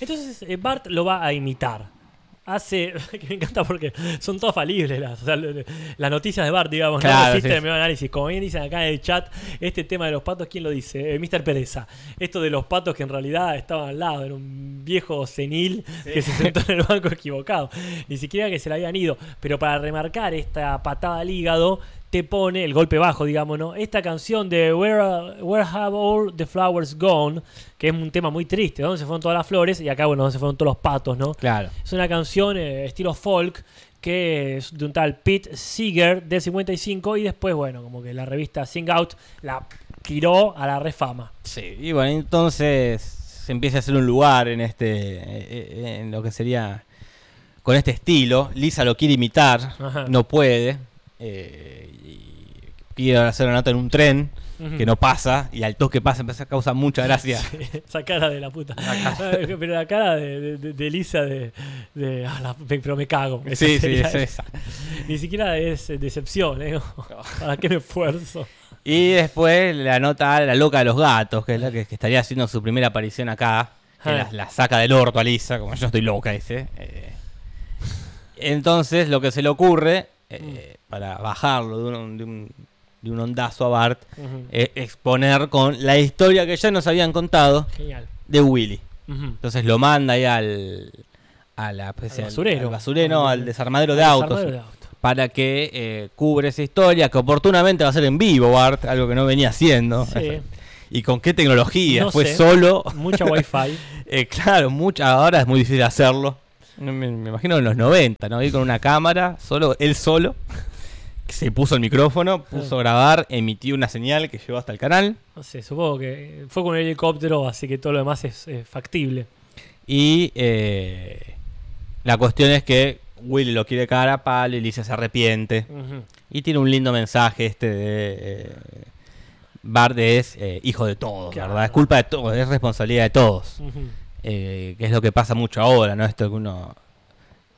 Speaker 2: Entonces eh, Bart lo va a imitar. Hace, que me encanta porque son todas falibles las, o sea, le- le- las noticias de Bart, digamos, no
Speaker 3: Claro,
Speaker 2: existe
Speaker 3: sí,
Speaker 2: el
Speaker 3: sí.
Speaker 2: mismo análisis. Como bien dicen acá en el chat, este tema de los patos, ¿quién lo dice? Eh, Mr. Pereza. Esto de los patos que en realidad estaban al lado, era un viejo senil que se sentó en el banco equivocado. Ni siquiera que se le habían ido. Pero para remarcar esta patada al hígado, te pone el golpe bajo, digamos, ¿no? Esta canción de Where, are- Where Have All the Flowers Gone, que es un tema muy triste, ¿dónde se fueron todas las flores? Y acá, bueno, donde se fueron todos los patos, ¿no?
Speaker 3: Claro.
Speaker 2: Es una canción eh, estilo folk que es de un tal Pete Seeger del 55 y después, bueno, como que la revista Sing Out la tiró a la refama.
Speaker 3: Sí, y bueno, entonces se empieza a hacer un lugar en este, eh, eh, en lo que sería con este estilo. Lisa lo quiere imitar,
Speaker 2: Ajá.
Speaker 3: no puede. eh, y quiere hacer una nota en un tren
Speaker 2: Ujú.
Speaker 3: que no pasa y al toque pasa, empieza a causar mucha gracia.
Speaker 2: Esa cara de la puta. Pero la cara de, de- de- de Lisa de... de- ah, la- me- pero me cago. Esa
Speaker 3: Sí, sí,
Speaker 2: sería-
Speaker 3: es esa.
Speaker 2: Ni siquiera es eh, decepción, ¿eh? ¿Para qué me esfuerzo?
Speaker 3: Y después la nota a la loca de los gatos, que es la que, que estaría haciendo su primera aparición acá. Que
Speaker 2: Ah.
Speaker 3: la, la saca del orto a Lisa, como yo estoy loca, dice. Eh, entonces lo que se le ocurre, eh,
Speaker 2: Mm.
Speaker 3: para bajarlo de un, de un- de un ondazo a Bart,
Speaker 2: Ujú.
Speaker 3: es exponer con la historia que ya nos habían contado
Speaker 2: Genial.
Speaker 3: de Willy.
Speaker 2: Ujú.
Speaker 3: Entonces lo manda ahí al, a la- pues,
Speaker 2: Al
Speaker 3: al-
Speaker 2: basurero.
Speaker 3: al basurero,
Speaker 2: Al-
Speaker 3: al desarmadero de
Speaker 2: Al
Speaker 3: autos,
Speaker 2: desarmador de autos.
Speaker 3: para que eh, cubra esa historia, que oportunamente va a ser en vivo, Bart, algo que no venía haciendo.
Speaker 2: Sí.
Speaker 3: ¿Y con qué tecnología?
Speaker 2: No
Speaker 3: ¿Fue
Speaker 2: sé.
Speaker 3: solo?
Speaker 2: Mucha wifi.
Speaker 3: Eh, claro, mucha, ahora es muy difícil hacerlo. No, Me, me imagino en los 90, ¿no? Ir con una cámara, solo, él solo, que se puso el micrófono, puso
Speaker 2: Ah.
Speaker 3: a grabar, emitió una señal que llegó hasta el canal.
Speaker 2: No sé, supongo que fue con un helicóptero, así que todo lo demás es eh, factible.
Speaker 3: Y eh, la cuestión es que Willy lo quiere cara a palo y Lisa se arrepiente. Y tiene un lindo mensaje este de... eh, Bart es eh, hijo de todos,
Speaker 2: Claro.
Speaker 3: ¿verdad? Es culpa de todos, es responsabilidad de todos.
Speaker 2: Ujú.
Speaker 3: eh, que es lo que pasa mucho ahora, ¿no? Esto que uno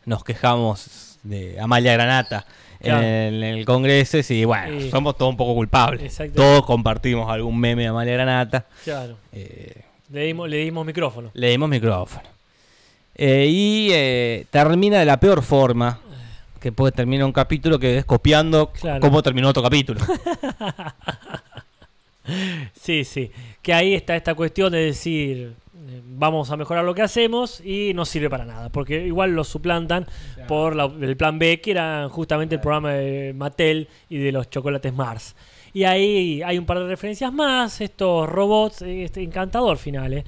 Speaker 3: nos quejamos de Amalia Granata
Speaker 2: Claro.
Speaker 3: en, el, en el Congreso y sí, bueno,
Speaker 2: Sí.
Speaker 3: somos todos un poco culpables.
Speaker 2: Exacto.
Speaker 3: Todos compartimos algún meme de Amalia Granata.
Speaker 2: Claro.
Speaker 3: eh,
Speaker 2: Le dimos, le dimos micrófono.
Speaker 3: le dimos micrófono. Eh, y eh, termina de la peor forma que puede terminar un capítulo que es copiando c-
Speaker 2: Claro.
Speaker 3: cómo terminó otro capítulo.
Speaker 2: Sí, sí. Que ahí está esta cuestión de decir, eh, vamos a mejorar lo que hacemos y no sirve para nada, porque igual lo suplantan por la- el plan B, que era justamente el programa de Mattel y de los chocolates Mars. Y ahí hay un par de referencias más, estos robots, eh, este encantador final, eh,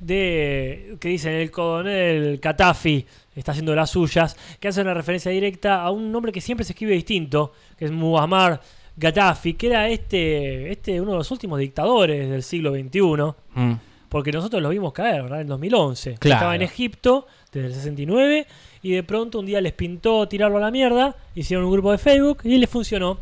Speaker 2: de que dicen el coronel Gaddafi está haciendo las suyas, que hace una referencia directa a un nombre que siempre se escribe distinto, que es Muammar Gaddafi, que era este, este uno de los últimos dictadores del siglo XXI.
Speaker 3: Mm.
Speaker 2: Porque nosotros los vimos caer, ¿verdad? En 2011.
Speaker 3: Claro.
Speaker 2: Estaba en Egipto desde el 69 y de pronto un día les pintó tirarlo a la mierda, hicieron un grupo de Facebook y les funcionó.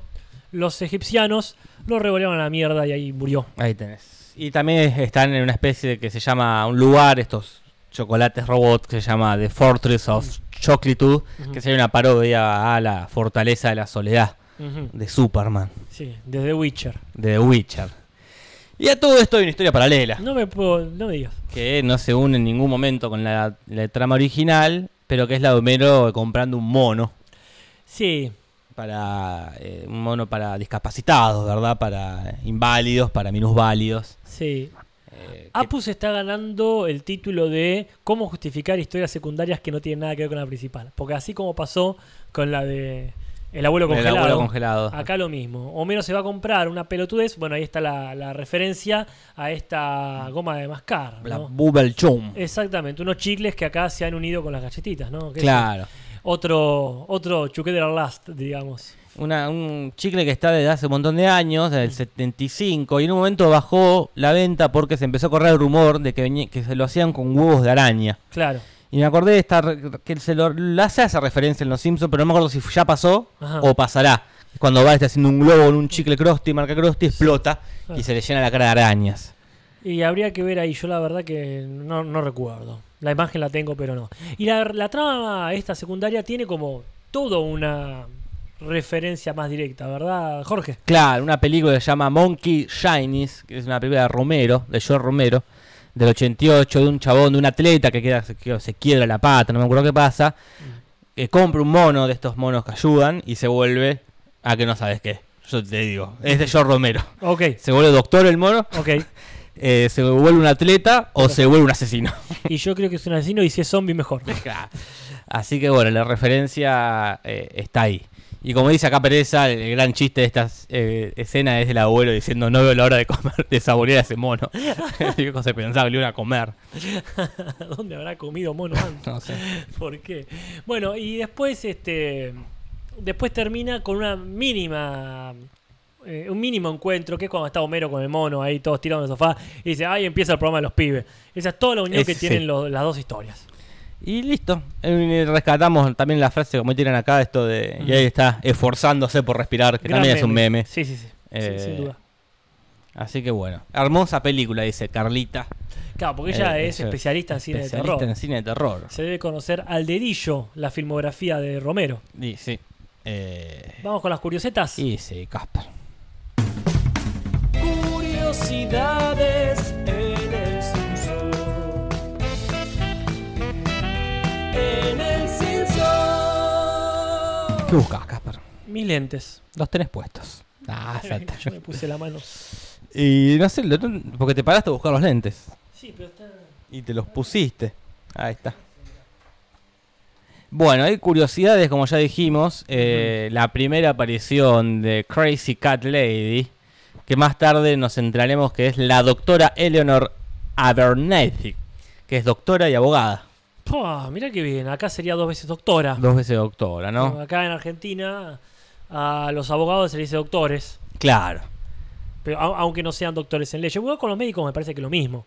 Speaker 2: Los egipcianos lo revolearon a la mierda y ahí murió.
Speaker 3: Ahí tenés. Y también están en una especie de que se llama un lugar, estos chocolates robot que se llama The Fortress of Chocolitude, que sería una parodia a la fortaleza de la soledad de Superman,
Speaker 2: Sí, desde Witcher.
Speaker 3: de The Witcher. Y a todo esto hay una historia paralela.
Speaker 2: No me puedo, no me digas.
Speaker 3: que no se une en ningún momento con la, la trama original, pero que es la de Homero comprando un mono
Speaker 2: Sí,
Speaker 3: para eh, un mono para discapacitados, ¿verdad? Para inválidos, para minusválidos.
Speaker 2: sí.
Speaker 3: Eh, que-
Speaker 2: Apus está ganando el título de cómo justificar historias secundarias que no tienen nada que ver con la principal. Porque así como pasó con la de El abuelo
Speaker 3: con el
Speaker 2: congelado,
Speaker 3: abuelo congelado.
Speaker 2: acá lo mismo. Homero se va a comprar una pelotudez. Bueno, ahí está la, la referencia a esta goma de mascar.
Speaker 3: La
Speaker 2: ¿no?
Speaker 3: Bubble
Speaker 2: eh,
Speaker 3: Chum.
Speaker 2: Exactamente, unos chicles que acá se han unido con las galletitas, ¿no? Que es
Speaker 3: Claro.
Speaker 2: Otro, otro Chuquet de la Last, digamos.
Speaker 3: Una- un chicle que está desde hace un montón de años, desde el 75, y en un momento bajó la venta porque se empezó a correr el rumor de que, venía- que se lo hacían con huevos de araña.
Speaker 2: Claro.
Speaker 3: Y me acordé de esta re- que se lo lo hace esa referencia en Los Simpsons, pero no me acuerdo si ya pasó
Speaker 2: Ajá.
Speaker 3: o pasará. Es Cuando va está haciendo un globo en un chicle Krusty, marca Krusty, explota
Speaker 2: Claro.
Speaker 3: y se le llena la cara de arañas.
Speaker 2: Y habría que ver ahí, yo la verdad que no, no recuerdo. La imagen la tengo, pero no. Y la, la trama esta secundaria tiene como todo una referencia más directa, ¿verdad, Jorge?
Speaker 3: Claro, una película que se llama Monkey Shinies, que es una película de Romero, de George Romero, del 88, de un chabón, de un atleta que, queda, se, que se quiebra la pata, no me acuerdo qué pasa, que compra un mono de estos monos que ayudan y se vuelve a que no sabes qué. Yo te digo, es de George Romero.
Speaker 2: Ok,
Speaker 3: Se vuelve doctor el mono
Speaker 2: ok.
Speaker 3: eh, se vuelve un atleta o se vuelve un asesino.
Speaker 2: Y yo creo que es un asesino y si es zombie mejor.
Speaker 3: Así que bueno, la referencia eh, está ahí. Y como dice acá Pereza, el gran chiste de esta eh, escena es el abuelo diciendo no veo la hora de comer, de saborear a ese mono. El viejo se pensaba que le iban a comer.
Speaker 2: ¿Dónde habrá comido mono antes?
Speaker 3: No sé.
Speaker 2: ¿Por qué? Bueno, y después este después termina con una mínima eh, un mínimo encuentro que es cuando está Homero con el mono ahí todos tirados en el sofá y dice, "Ay, empieza el programa de los pibes." Esa es toda la unión
Speaker 3: Es-
Speaker 2: que
Speaker 3: sí.
Speaker 2: tienen lo- las dos historias.
Speaker 3: Y listo. Eh, Rescatamos también la frase como tiran acá, esto de... Y ahí está, esforzándose por respirar, que
Speaker 2: Gran
Speaker 3: también es un meme.
Speaker 2: Sí, sí, sí. Sí,
Speaker 3: Eh,
Speaker 2: sin duda.
Speaker 3: Así que bueno. Hermosa película, dice Carlita.
Speaker 2: Claro, porque ella
Speaker 3: eh,
Speaker 2: es
Speaker 3: ella-
Speaker 2: especialista en cine de
Speaker 3: especialista
Speaker 2: terror.
Speaker 3: en cine de terror.
Speaker 2: Se debe conocer al dedillo la filmografía de Romero.
Speaker 3: Y sí. Eh,
Speaker 2: Vamos con las curiosetas.
Speaker 3: y sí, Casper.
Speaker 1: Curiosidades en el Simpson. En el Simpson.
Speaker 3: ¿Qué buscas, Casper?
Speaker 2: Mis lentes.
Speaker 3: Los tenés puestos. Ah, exacto.
Speaker 2: Yo me puse la mano.
Speaker 3: Y no sé, lo- no- porque te paraste a buscar los lentes.
Speaker 2: Sí, pero está
Speaker 3: Y te los pusiste. Ahí está. Bueno, hay curiosidades, como ya dijimos. eh, La primera aparición de Crazy Cat Lady, que más tarde nos centraremos que es la doctora Eleanor Abernethy, que es doctora y abogada.
Speaker 2: Pua, mirá que bien, acá sería dos veces doctora.
Speaker 3: Dos veces doctora, ¿no?
Speaker 2: Acá en Argentina a los abogados se les dice doctores,
Speaker 3: Claro.
Speaker 2: pero au- aunque no sean doctores en ley. Yo con los médicos me parece que es lo mismo.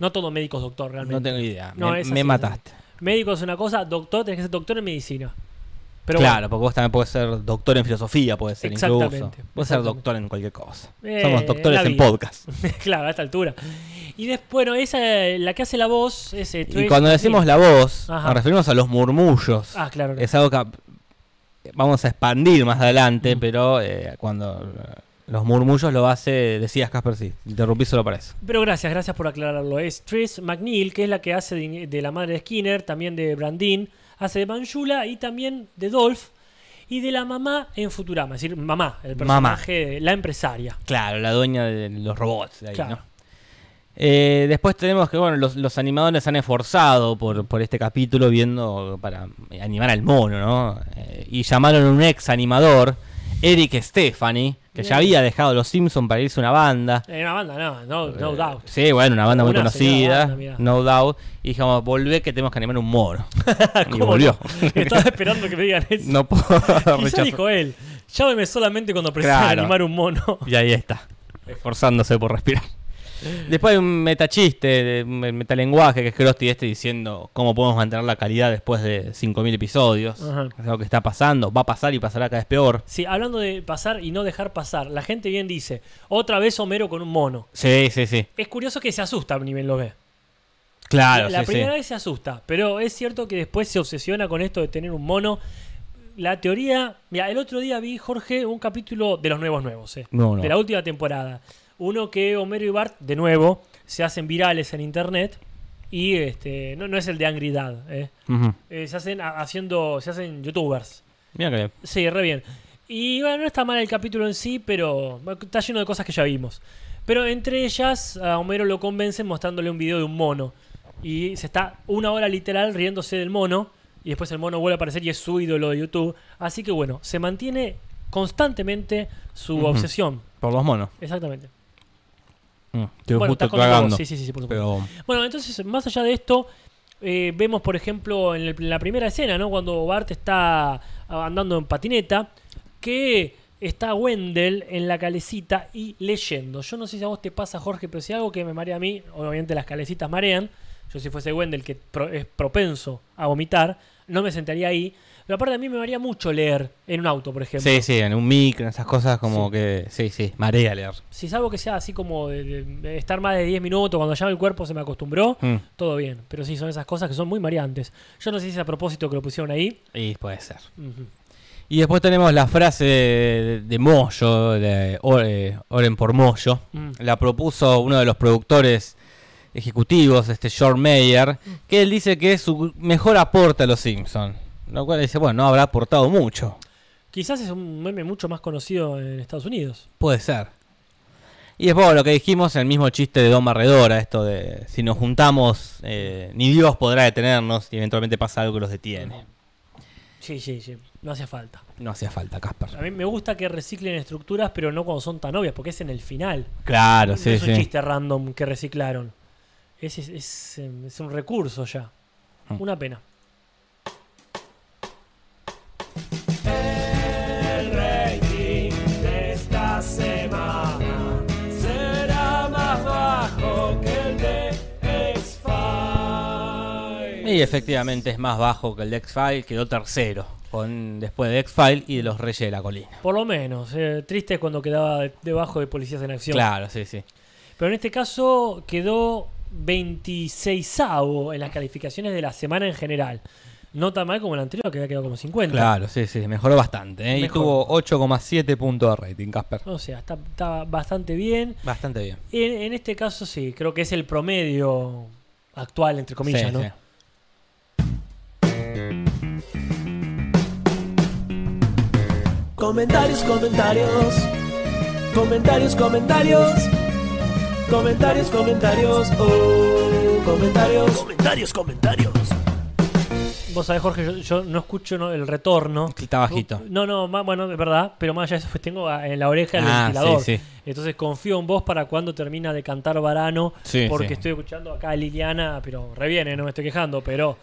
Speaker 2: No todo médico es doctor realmente.
Speaker 3: No tengo idea.
Speaker 2: No,
Speaker 3: me
Speaker 2: es
Speaker 3: me
Speaker 2: así,
Speaker 3: mataste.
Speaker 2: Médico es una cosa, doctor tenés que ser doctor en medicina. Pero
Speaker 3: claro, porque vos también puedes ser doctor en filosofía, puedes ser
Speaker 2: Exactamente,
Speaker 3: incluso. Puedes ser
Speaker 2: exactamente.
Speaker 3: doctor en cualquier cosa.
Speaker 2: Eh,
Speaker 3: Somos doctores
Speaker 2: la
Speaker 3: en
Speaker 2: vida.
Speaker 3: podcast.
Speaker 2: bueno, claro, a esta altura. Y después, bueno, esa eh, la que hace la voz es eh,
Speaker 3: Y
Speaker 2: Tracy
Speaker 3: cuando decimos la voz,
Speaker 2: Ajá.
Speaker 3: nos referimos a los murmullos.
Speaker 2: Ah, claro.
Speaker 3: Es algo que vamos a expandir más adelante,
Speaker 2: Mm.
Speaker 3: pero eh, cuando eh, los murmullos lo hace, decías Casper, sí, interrumpí solo para eso.
Speaker 2: Pero gracias, gracias por aclararlo. Es Tris McNeil, que es la que hace de, de la madre de Skinner, también de Brandin, hace de Manjula y también de Dolph y de la mamá en Futurama, es decir, mamá, el
Speaker 3: Mamá.
Speaker 2: personaje, de la empresaria.
Speaker 3: Claro, la dueña de los robots. de ahí,
Speaker 2: Claro.
Speaker 3: ¿no? Eh, después tenemos que, bueno, los, los animadores se han esforzado por, por este capítulo viendo para animar al mono, ¿no? Eh, y llamaron a un ex animador, Eric Stephanie, que ya había dejado Los Simpsons para irse a una banda.
Speaker 2: En una banda, no, no, no
Speaker 3: Eh,
Speaker 2: doubt.
Speaker 3: Sí, bueno, una banda muy
Speaker 2: Una señora
Speaker 3: conocida,
Speaker 2: banda, mirá.
Speaker 3: No Doubt. Y dijimos, volvé que tenemos que animar un mono. y
Speaker 2: ¿Cómo
Speaker 3: volvió.
Speaker 2: no? Estaba esperando que me digan eso.
Speaker 3: No puedo
Speaker 2: Quizá
Speaker 3: rechazar.
Speaker 2: dijo él, llámeme solamente cuando precisas
Speaker 3: Claro.
Speaker 2: animar un mono.
Speaker 3: Y ahí está, esforzándose por respirar. Después hay un metachiste, de- un metalenguaje, que es Krusty este diciendo cómo podemos mantener la calidad después de 5.000 episodios.
Speaker 2: Ajá.
Speaker 3: Es algo que está pasando, va a pasar y pasará cada vez peor.
Speaker 2: Sí, hablando de pasar y no dejar pasar, la gente bien dice, otra vez Homero con un mono.
Speaker 3: Sí, sí, sí.
Speaker 2: Es curioso que se asusta a nivel lo ve.
Speaker 3: Claro,
Speaker 2: la
Speaker 3: Ah, sí, sí.
Speaker 2: primera vez se asusta, pero es cierto que después se obsesiona con esto de tener un mono. La teoría, mira, el otro día vi Jorge un capítulo de los nuevos nuevos, eh,
Speaker 3: No, no.
Speaker 2: de la última temporada. Uno que Homero y Bart, de nuevo, se hacen virales en internet. Y este, no, no es el de Angry Dad, ¿eh?
Speaker 3: Ujú.
Speaker 2: Eh, se hacen a- haciendo. se hacen youtubers.
Speaker 3: Mira que bien.
Speaker 2: Sí, re bien. Y bueno, no está mal el capítulo en sí, pero bueno, está lleno de cosas que ya vimos. Pero entre ellas, a Homero lo convencen mostrándole un video de un mono. Y se está una hora literal riéndose del mono. Y después el mono vuelve a aparecer y es su ídolo de YouTube. Así que bueno, se mantiene constantemente su
Speaker 3: Ujú.
Speaker 2: obsesión.
Speaker 3: Por los monos.
Speaker 2: Exactamente.
Speaker 3: Mm, Estoy
Speaker 2: Bueno,
Speaker 3: justo
Speaker 2: estás contando
Speaker 3: tragando.
Speaker 2: vos. Sí, sí, sí, por supuesto.
Speaker 3: Pero
Speaker 2: Bueno, entonces, más allá de esto, eh, vemos, por ejemplo, en, el- en la primera escena, ¿no? Cuando Bart está andando en patineta, que está Wendell en la calecita y leyendo. Yo no sé si a vos te pasa, Jorge, pero si algo que me marea a mí, obviamente las calecitas marean. Yo si fuese Wendell, que pro- es propenso a vomitar, no me sentaría ahí. Pero aparte a mí me marea mucho leer en un auto, por ejemplo.
Speaker 3: sí, sí, en un micro, en esas cosas como
Speaker 2: Sí.
Speaker 3: que. Sí, sí, marea leer.
Speaker 2: Si es algo que sea así como de, de estar más de 10 minutos, cuando ya el cuerpo se me acostumbró,
Speaker 3: Mm,
Speaker 2: Todo bien, pero sí, son esas cosas que son muy mareantes. Yo no sé si es a propósito que lo pusieron ahí.
Speaker 3: Y puede ser.
Speaker 2: Ujú.
Speaker 3: Y después tenemos la frase de, de Moyo, de Ore- Oren por Moyo.
Speaker 2: Mm.
Speaker 3: La propuso uno de los productores ejecutivos, este George Mayer, que él dice que es su mejor aporte a los Simpsons. Lo cual dice, bueno, no habrá aportado mucho.
Speaker 2: Quizás es un meme mucho más conocido en Estados Unidos.
Speaker 3: Puede ser. Y después bueno, lo que dijimos, el mismo chiste de Don Barredora, esto de si nos juntamos, eh, ni Dios podrá detenernos y eventualmente pasa algo que los detiene.
Speaker 2: Sí, sí, sí. No hace falta.
Speaker 3: No hacía falta,
Speaker 2: A
Speaker 3: Casper.
Speaker 2: mí me gusta que reciclen estructuras, pero no cuando son tan obvias, porque es en el final.
Speaker 3: Claro,
Speaker 2: No
Speaker 3: sí,
Speaker 2: es un
Speaker 3: sí.
Speaker 2: chiste random que reciclaron. Es, es, es, em, es un recurso ya.
Speaker 3: Mm.
Speaker 2: Una pena.
Speaker 1: El rating de esta semana será más bajo que el de X-Files.
Speaker 3: Y efectivamente es más bajo que el de X-File, quedó tercero, con, después de X-File y de los Reyes de la Colina.
Speaker 2: Por lo menos. eh, triste es cuando quedaba de- debajo de policías en acción.
Speaker 3: Claro, sí, sí.
Speaker 2: Pero en este caso quedó 26 en las calificaciones de la semana en general. No tan mal como el anterior, que había quedado como 50.
Speaker 3: Claro, sí, sí, mejoró bastante. ¿eh?
Speaker 2: Mejor.
Speaker 3: Y tuvo 8,7 puntos de rating, Casper.
Speaker 2: O sea, está, está bastante bien.
Speaker 3: Bastante bien.
Speaker 2: En, en este caso sí, creo que es el promedio actual, entre comillas,
Speaker 3: Sí,
Speaker 2: ¿no?
Speaker 3: sí.
Speaker 1: Comentarios, comentarios. Comentarios, comentarios. Comentarios, comentarios. Oh, comentarios. Comentarios, comentarios.
Speaker 2: Vos sabés, Jorge, yo, yo no escucho no, el retorno.
Speaker 3: Está bajito.
Speaker 2: No, no, más- bueno, es verdad, pero más allá de eso, pues tengo a- en la oreja el
Speaker 3: Ah,
Speaker 2: ventilador.
Speaker 3: sí, sí.
Speaker 2: Entonces confío en vos para cuando termina de cantar Varano,
Speaker 3: Sí,
Speaker 2: porque
Speaker 3: sí.
Speaker 2: estoy escuchando acá a Liliana, pero reviene, no me estoy quejando, pero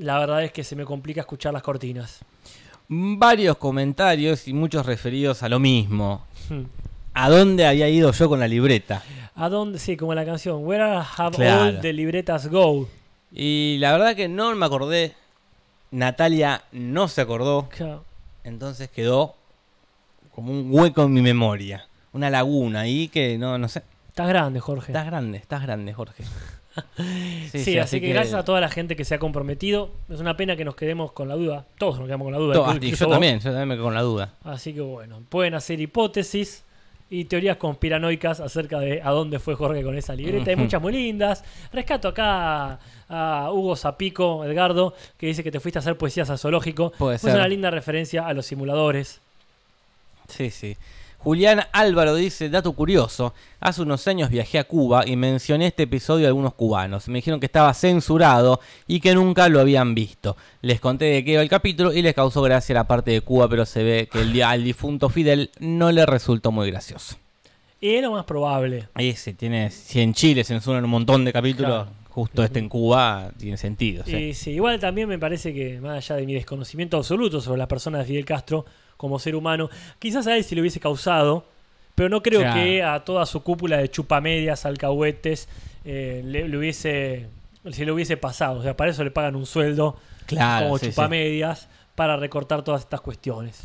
Speaker 2: la verdad es que se me complica escuchar las cortinas.
Speaker 3: Varios comentarios y muchos referidos a lo mismo.
Speaker 2: Hmm.
Speaker 3: ¿A dónde había ido yo con la libreta?
Speaker 2: ¿A dónde? Sí, como la canción, Where Have
Speaker 3: Claro.
Speaker 2: All the Libretas Go?
Speaker 3: Y la verdad que no me acordé. Natalia no se acordó.
Speaker 2: Claro.
Speaker 3: Entonces quedó como un hueco en mi memoria. Una laguna ahí que no, no sé.
Speaker 2: Estás grande, Jorge.
Speaker 3: Estás grande, estás grande, Jorge. Sí,
Speaker 2: Sí, así que, gracias a toda la gente que se ha comprometido. Es una pena que nos quedemos con la duda. Todos nos quedamos con la duda.
Speaker 3: to- ah,
Speaker 2: incluso
Speaker 3: y yo
Speaker 2: vos.
Speaker 3: también, yo también me quedo con la duda.
Speaker 2: Así que bueno, pueden hacer hipótesis y teorías conspiranoicas acerca de a dónde fue Jorge con esa libreta. Hay
Speaker 3: Ujú.
Speaker 2: muchas muy lindas. Rescato acá a, a Hugo Zapico, Edgardo, que dice que te fuiste a hacer poesías a zoológico.
Speaker 3: Puede
Speaker 2: es
Speaker 3: ser.
Speaker 2: una linda referencia a los simuladores.
Speaker 3: Sí, sí. Julián Álvaro dice, dato curioso, hace unos años viajé a Cuba y mencioné este episodio a algunos cubanos. Me dijeron que estaba censurado y que nunca lo habían visto. Les conté de qué iba el capítulo y les causó gracia la parte de Cuba, pero se ve que el di- al difunto Fidel no le resultó muy gracioso.
Speaker 2: Y es lo más probable.
Speaker 3: Ese tiene, si en Chile censuran un montón de capítulos,
Speaker 2: Claro.
Speaker 3: justo este en Cuba tiene sentido. sí.
Speaker 2: Y sí, igual también me parece que, más allá de mi desconocimiento absoluto sobre la persona de Fidel Castro como ser humano, quizás a él sí le hubiese causado, pero no creo
Speaker 3: Claro.
Speaker 2: que a toda su cúpula de chupamedias, alcahuetes, eh, le, le hubiese, se le hubiese pasado. O sea, para eso le pagan un sueldo
Speaker 3: Claro,
Speaker 2: como
Speaker 3: sí, sí.
Speaker 2: chupamedias para recortar todas estas cuestiones.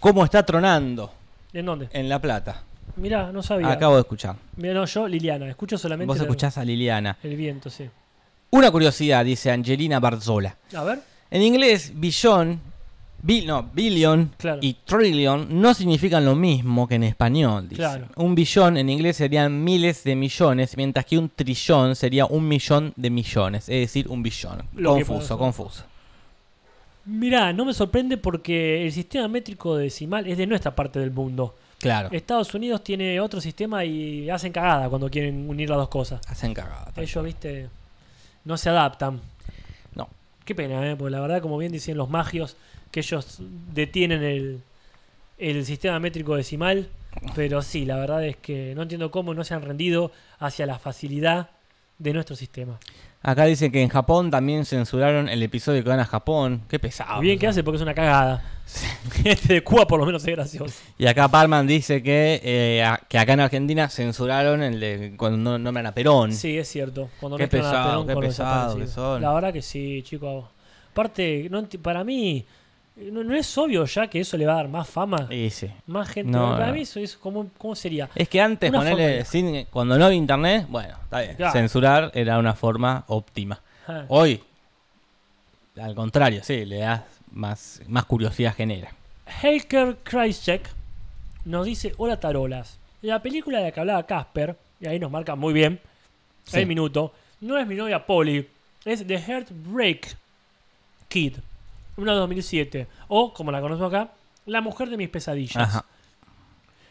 Speaker 3: ¿Cómo está tronando
Speaker 2: ¿En dónde?
Speaker 3: en La Plata?
Speaker 2: Mirá, no sabía.
Speaker 3: Acabo de escuchar.
Speaker 2: Mirá, no, yo, Liliana, escucho solamente
Speaker 3: Vos
Speaker 2: el-
Speaker 3: escuchás a Liliana.
Speaker 2: el viento, sí.
Speaker 3: Una curiosidad, dice Angelina Barzola.
Speaker 2: A ver.
Speaker 3: En inglés, billón Bill, no, billion
Speaker 2: Claro.
Speaker 3: y trillion no significan lo mismo que en español. dice.
Speaker 2: Claro.
Speaker 3: Un billón en inglés serían miles de millones, mientras que un trillón sería un millón de millones, es decir, un billón.
Speaker 2: Lo que pasa.
Speaker 3: confuso, confuso.
Speaker 2: Mirá, no me sorprende porque el sistema métrico decimal es de nuestra parte del mundo.
Speaker 3: Claro,
Speaker 2: Estados Unidos tiene otro sistema y hacen cagada cuando quieren unir las dos cosas.
Speaker 3: hacen cagada. tal
Speaker 2: Ellos, viste, no se adaptan.
Speaker 3: cual. No,
Speaker 2: Qué pena, ¿eh? porque la verdad, como bien dicen los magios, que ellos detienen el, el sistema métrico decimal. Pero sí, la verdad es que no entiendo cómo no se han rendido hacia la facilidad de nuestro sistema.
Speaker 3: Acá dice que en Japón también censuraron el episodio que van a Japón. Qué pesado.
Speaker 2: Y bien que hace porque es una cagada. Este de Cuba por lo menos es gracioso.
Speaker 3: Y acá Parman dice que, eh, a- que acá en Argentina censuraron el de cuando no- nombran a Perón.
Speaker 2: Sí, es cierto. Cuando
Speaker 3: Mm. Qué
Speaker 2: mezclan a
Speaker 3: pesado,
Speaker 2: Perón
Speaker 3: qué
Speaker 2: con los
Speaker 3: pesado
Speaker 2: desaparecidos.
Speaker 3: que son.
Speaker 2: La verdad que sí, chicos. Aparte, no enti- para mí, no, no es obvio ya que eso le va a dar más fama,
Speaker 3: Y sí.
Speaker 2: más gente.
Speaker 3: No,
Speaker 2: para
Speaker 3: no.
Speaker 2: mí eso es como, ¿cómo sería?
Speaker 3: Es que antes
Speaker 2: Una forma.
Speaker 3: ponerle sin- cuando no había internet, bueno, está bien.
Speaker 2: Claro.
Speaker 3: Censurar era una forma óptima.
Speaker 2: Ah,
Speaker 3: Hoy, al contrario, sí, le das más, más curiosidad genera.
Speaker 2: Helker Kreisek nos dice, hola tarolas. La película de la que hablaba Casper, y ahí nos marca muy bien,
Speaker 3: Sí.
Speaker 2: el minuto, no es mi novia Polly, es The Heartbreak Kid, una de 2007, o como la conozco acá, La mujer de mis pesadillas.
Speaker 3: Ajá.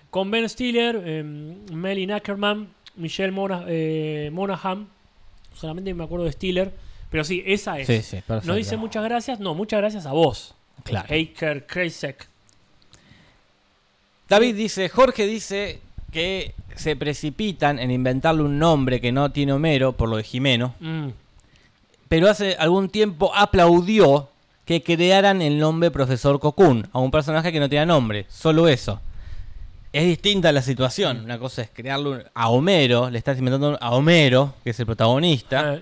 Speaker 2: Con Ben Stiller, eh, Melly Ackerman, Michelle Mona- eh, Monaghan, solamente me acuerdo de Stiller, pero sí, esa es.
Speaker 3: Sí, sí, perfecto.
Speaker 2: Nos dice muchas gracias, no, muchas gracias a vos.
Speaker 3: Claro.
Speaker 2: Haker Kreisek.
Speaker 3: David dice, Jorge dice que se precipitan en inventarle un nombre que no tiene Homero, por lo de Jimeno,
Speaker 2: Mm,
Speaker 3: pero hace algún tiempo aplaudió que crearan el nombre Profesor Cocoon a un personaje que no tenía nombre, solo eso. Es distinta la situación. Una cosa es crearle un- a Homero, le estás inventando a Homero, que es el protagonista,
Speaker 2: eh,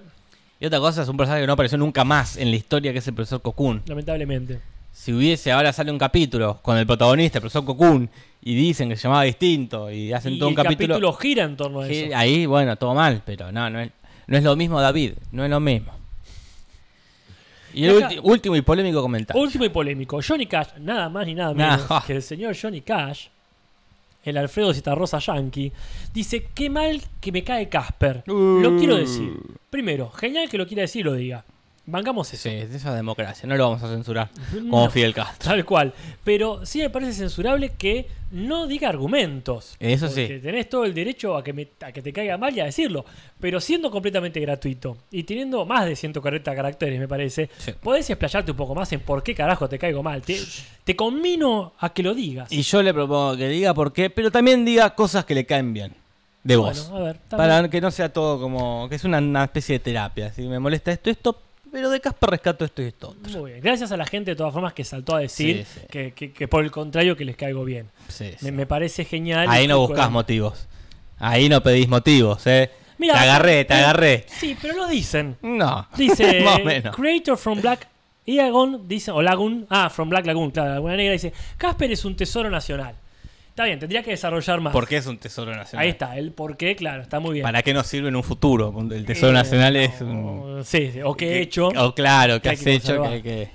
Speaker 3: y otra cosa es un personaje que no apareció nunca más en la historia, que es el Profesor Cocoon.
Speaker 2: lamentablemente.
Speaker 3: Si hubiese, ahora sale un capítulo con el protagonista, el Profesor Cocoon, y dicen que se llamaba distinto, y hacen
Speaker 2: Y
Speaker 3: todo un
Speaker 2: el capítulo,
Speaker 3: capítulo
Speaker 2: gira en torno a
Speaker 3: Sí,
Speaker 2: eso.
Speaker 3: ahí, bueno, todo mal, pero no, no es, no es lo mismo David, no es lo mismo. Y el
Speaker 2: Y acá-
Speaker 3: ulti- último y polémico comentario.
Speaker 2: Último y polémico. Johnny Cash, nada más ni nada
Speaker 3: Nah,
Speaker 2: menos
Speaker 3: ja.
Speaker 2: que el señor Johnny Cash, el Alfredo Citarrosa Yankee, dice, qué mal que me cae Casper.
Speaker 3: Uh.
Speaker 2: Lo quiero decir. Primero, genial que lo quiera decir y lo diga. Bancamos eso.
Speaker 3: Sí, eso es democracia, no lo vamos a censurar como
Speaker 2: No.
Speaker 3: Fidel Castro.
Speaker 2: Tal cual. Pero sí me parece censurable que no diga argumentos.
Speaker 3: Eso sí.
Speaker 2: porque Tenés todo el derecho a que, me- a que te caiga mal y a decirlo. Pero siendo completamente gratuito y teniendo más de 140 caracteres, me parece,
Speaker 3: Sí.
Speaker 2: podés explayarte un poco más en por qué carajo te caigo mal. Te, te conmino a que lo digas.
Speaker 3: Y yo le propongo que diga por qué, pero también diga cosas que le caen bien de vos.
Speaker 2: Bueno, a ver, está
Speaker 3: para
Speaker 2: bien.
Speaker 3: que no sea todo como. que es una, una especie de terapia. Si me molesta esto, esto, pero de Casper rescato esto y esto. otro.
Speaker 2: Muy bien. Gracias a la gente de todas formas que saltó a decir
Speaker 3: Sí, sí.
Speaker 2: Que, que- que por el contrario que les caigo bien.
Speaker 3: Sí, sí.
Speaker 2: Me, me parece genial. este
Speaker 3: Ahí
Speaker 2: y
Speaker 3: no
Speaker 2: muy
Speaker 3: buscas
Speaker 2: coherente.
Speaker 3: motivos. Ahí no pedís motivos, ¿eh?
Speaker 2: Mirá,
Speaker 3: te agarré, te
Speaker 2: eh,
Speaker 3: agarré.
Speaker 2: Sí, pero lo dicen.
Speaker 3: No.
Speaker 2: Dice
Speaker 3: Más o menos.
Speaker 2: Creator from Black Iagon, dice, o Lagoon, ah, from Black Lagoon, claro, Laguna Negra, dice, Casper es un tesoro nacional. Está bien, tendría que desarrollar más.
Speaker 3: ¿Por qué es un tesoro nacional?
Speaker 2: Ah. Ahí está, el por qué, claro, está muy bien.
Speaker 3: ¿Para qué nos sirve en un futuro? El tesoro
Speaker 2: Eh,
Speaker 3: nacional
Speaker 2: no,
Speaker 3: es un...
Speaker 2: Sí, sí, o que he hecho.
Speaker 3: O claro, que
Speaker 2: hay
Speaker 3: has
Speaker 2: que
Speaker 3: hecho? que
Speaker 2: conservar.
Speaker 3: hay que-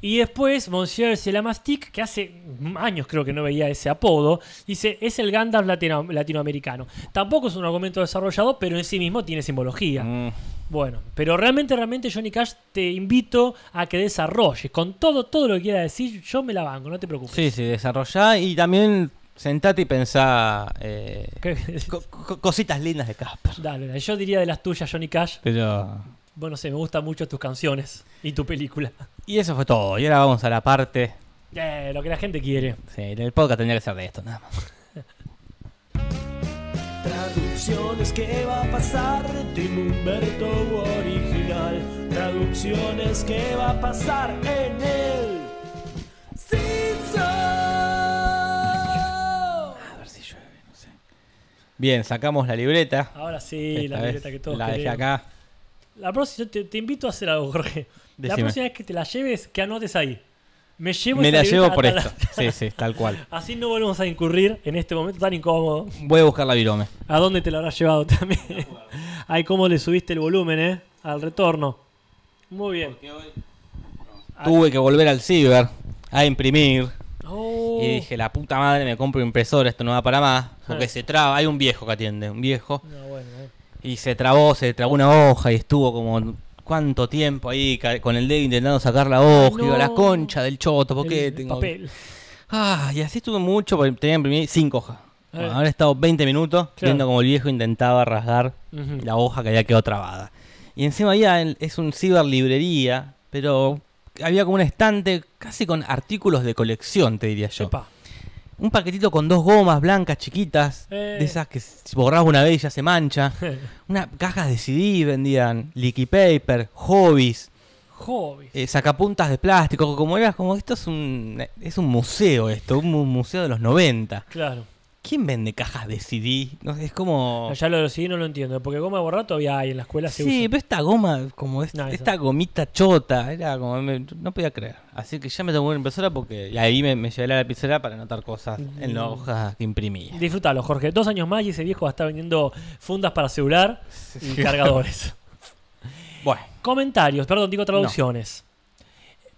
Speaker 2: Y después, Monsieur Selamastic, que hace años creo que no veía ese apodo, dice, es el Gandalf latino- latinoamericano. Tampoco es un argumento desarrollado, pero en sí mismo tiene simbología.
Speaker 3: Mm,
Speaker 2: Bueno, pero realmente, realmente, Johnny Cash, te invito a que desarrolles. Con todo, todo lo que quiera decir, yo me la banco, no te preocupes.
Speaker 3: Sí, sí, desarrollá y también sentate y pensá eh,
Speaker 2: ¿Qué-
Speaker 3: co- co- cositas lindas de Casper.
Speaker 2: Dale, dale, yo diría de las tuyas, Johnny Cash.
Speaker 3: Pero...
Speaker 2: Bueno, sé, me gustan mucho tus canciones y tu película.
Speaker 3: Y eso fue todo. Y ahora vamos a la parte...
Speaker 2: Eh, lo que la gente quiere.
Speaker 3: Sí, el podcast tendría que ser de esto, nada más.
Speaker 1: Traducciones que va a pasar Tim Humberto original Traducciones que va a pasar en el Simpson
Speaker 3: A ver si llueve, no sé. Bien, sacamos la libreta.
Speaker 2: Ahora Ah, sí,
Speaker 3: Esta
Speaker 2: la
Speaker 3: vez
Speaker 2: libreta que todos
Speaker 3: La dejé
Speaker 2: queremos.
Speaker 3: acá.
Speaker 2: La próxima, yo te, te invito a hacer algo, Jorge. La
Speaker 3: Decime.
Speaker 2: próxima vez que te la lleves, que anotes ahí. Me llevo
Speaker 3: Me
Speaker 2: esta
Speaker 3: la
Speaker 2: libreta
Speaker 3: llevo por
Speaker 2: hasta
Speaker 3: esto.
Speaker 2: la-
Speaker 3: Sí, sí, tal cual.
Speaker 2: Así no volvemos a incurrir en este momento tan incómodo.
Speaker 3: Voy a buscar la virome.
Speaker 2: ¿A dónde te lo habrás llevado también? Ay, cómo le subiste el volumen, ¿eh? Al retorno. Muy bien.
Speaker 3: Tuve que volver al ciber a imprimir.
Speaker 2: Oh.
Speaker 3: Y dije, la puta madre, me compro impresora, esto no va para más. Porque
Speaker 2: Ah.
Speaker 3: se traba, hay un viejo que atiende, un viejo.
Speaker 2: No, bueno, eh. bueno.
Speaker 3: Y se trabó, se trabó una hoja y estuvo como cuánto tiempo ahí ca- con el dedo intentando sacar la hoja.
Speaker 2: no.
Speaker 3: Digo, la concha del choto, ¿por
Speaker 2: El-
Speaker 3: qué
Speaker 2: el
Speaker 3: tengo que-?"
Speaker 2: papel.
Speaker 3: Ah, y así estuve mucho, porque tenía que imprimir cinco hojas.
Speaker 2: Eh.
Speaker 3: Bueno, habré estado 20 minutos viendo como el viejo intentaba rasgar
Speaker 2: Ujú.
Speaker 3: la hoja que había quedado trabada. Y encima había, en- es un ciberlibrería, pero había como un estante casi con artículos de colección, te diría yo.
Speaker 2: Epa.
Speaker 3: Un paquetito con dos gomas blancas chiquitas,
Speaker 2: Eh.
Speaker 3: de esas que si borrás una vez y ya se mancha. Una cajas de CD vendían, leaky paper, hobbies,
Speaker 2: Hobby.
Speaker 3: eh, sacapuntas de plástico, como era, como esto es un es un museo esto, un mu- museo de los 90.
Speaker 2: Claro.
Speaker 3: ¿Quién vende cajas de CD? No sé, es como
Speaker 2: Ya lo decidí, no lo entiendo. Porque goma de borrar todavía hay en la escuela. Se
Speaker 3: Sí,
Speaker 2: usa.
Speaker 3: pero esta goma, como es-
Speaker 2: No, esa.
Speaker 3: esta gomita chota, era como me- no podía creer. Así que ya me tomé una impresora porque y ahí me, me llevé la lapicera para anotar cosas
Speaker 2: Mm.
Speaker 3: en las hojas que imprimía.
Speaker 2: Disfrútalo, Jorge. Dos años más y ese viejo va a estar vendiendo fundas para celular y cargadores.
Speaker 3: Bueno,
Speaker 2: Comentarios, perdón, digo traducciones.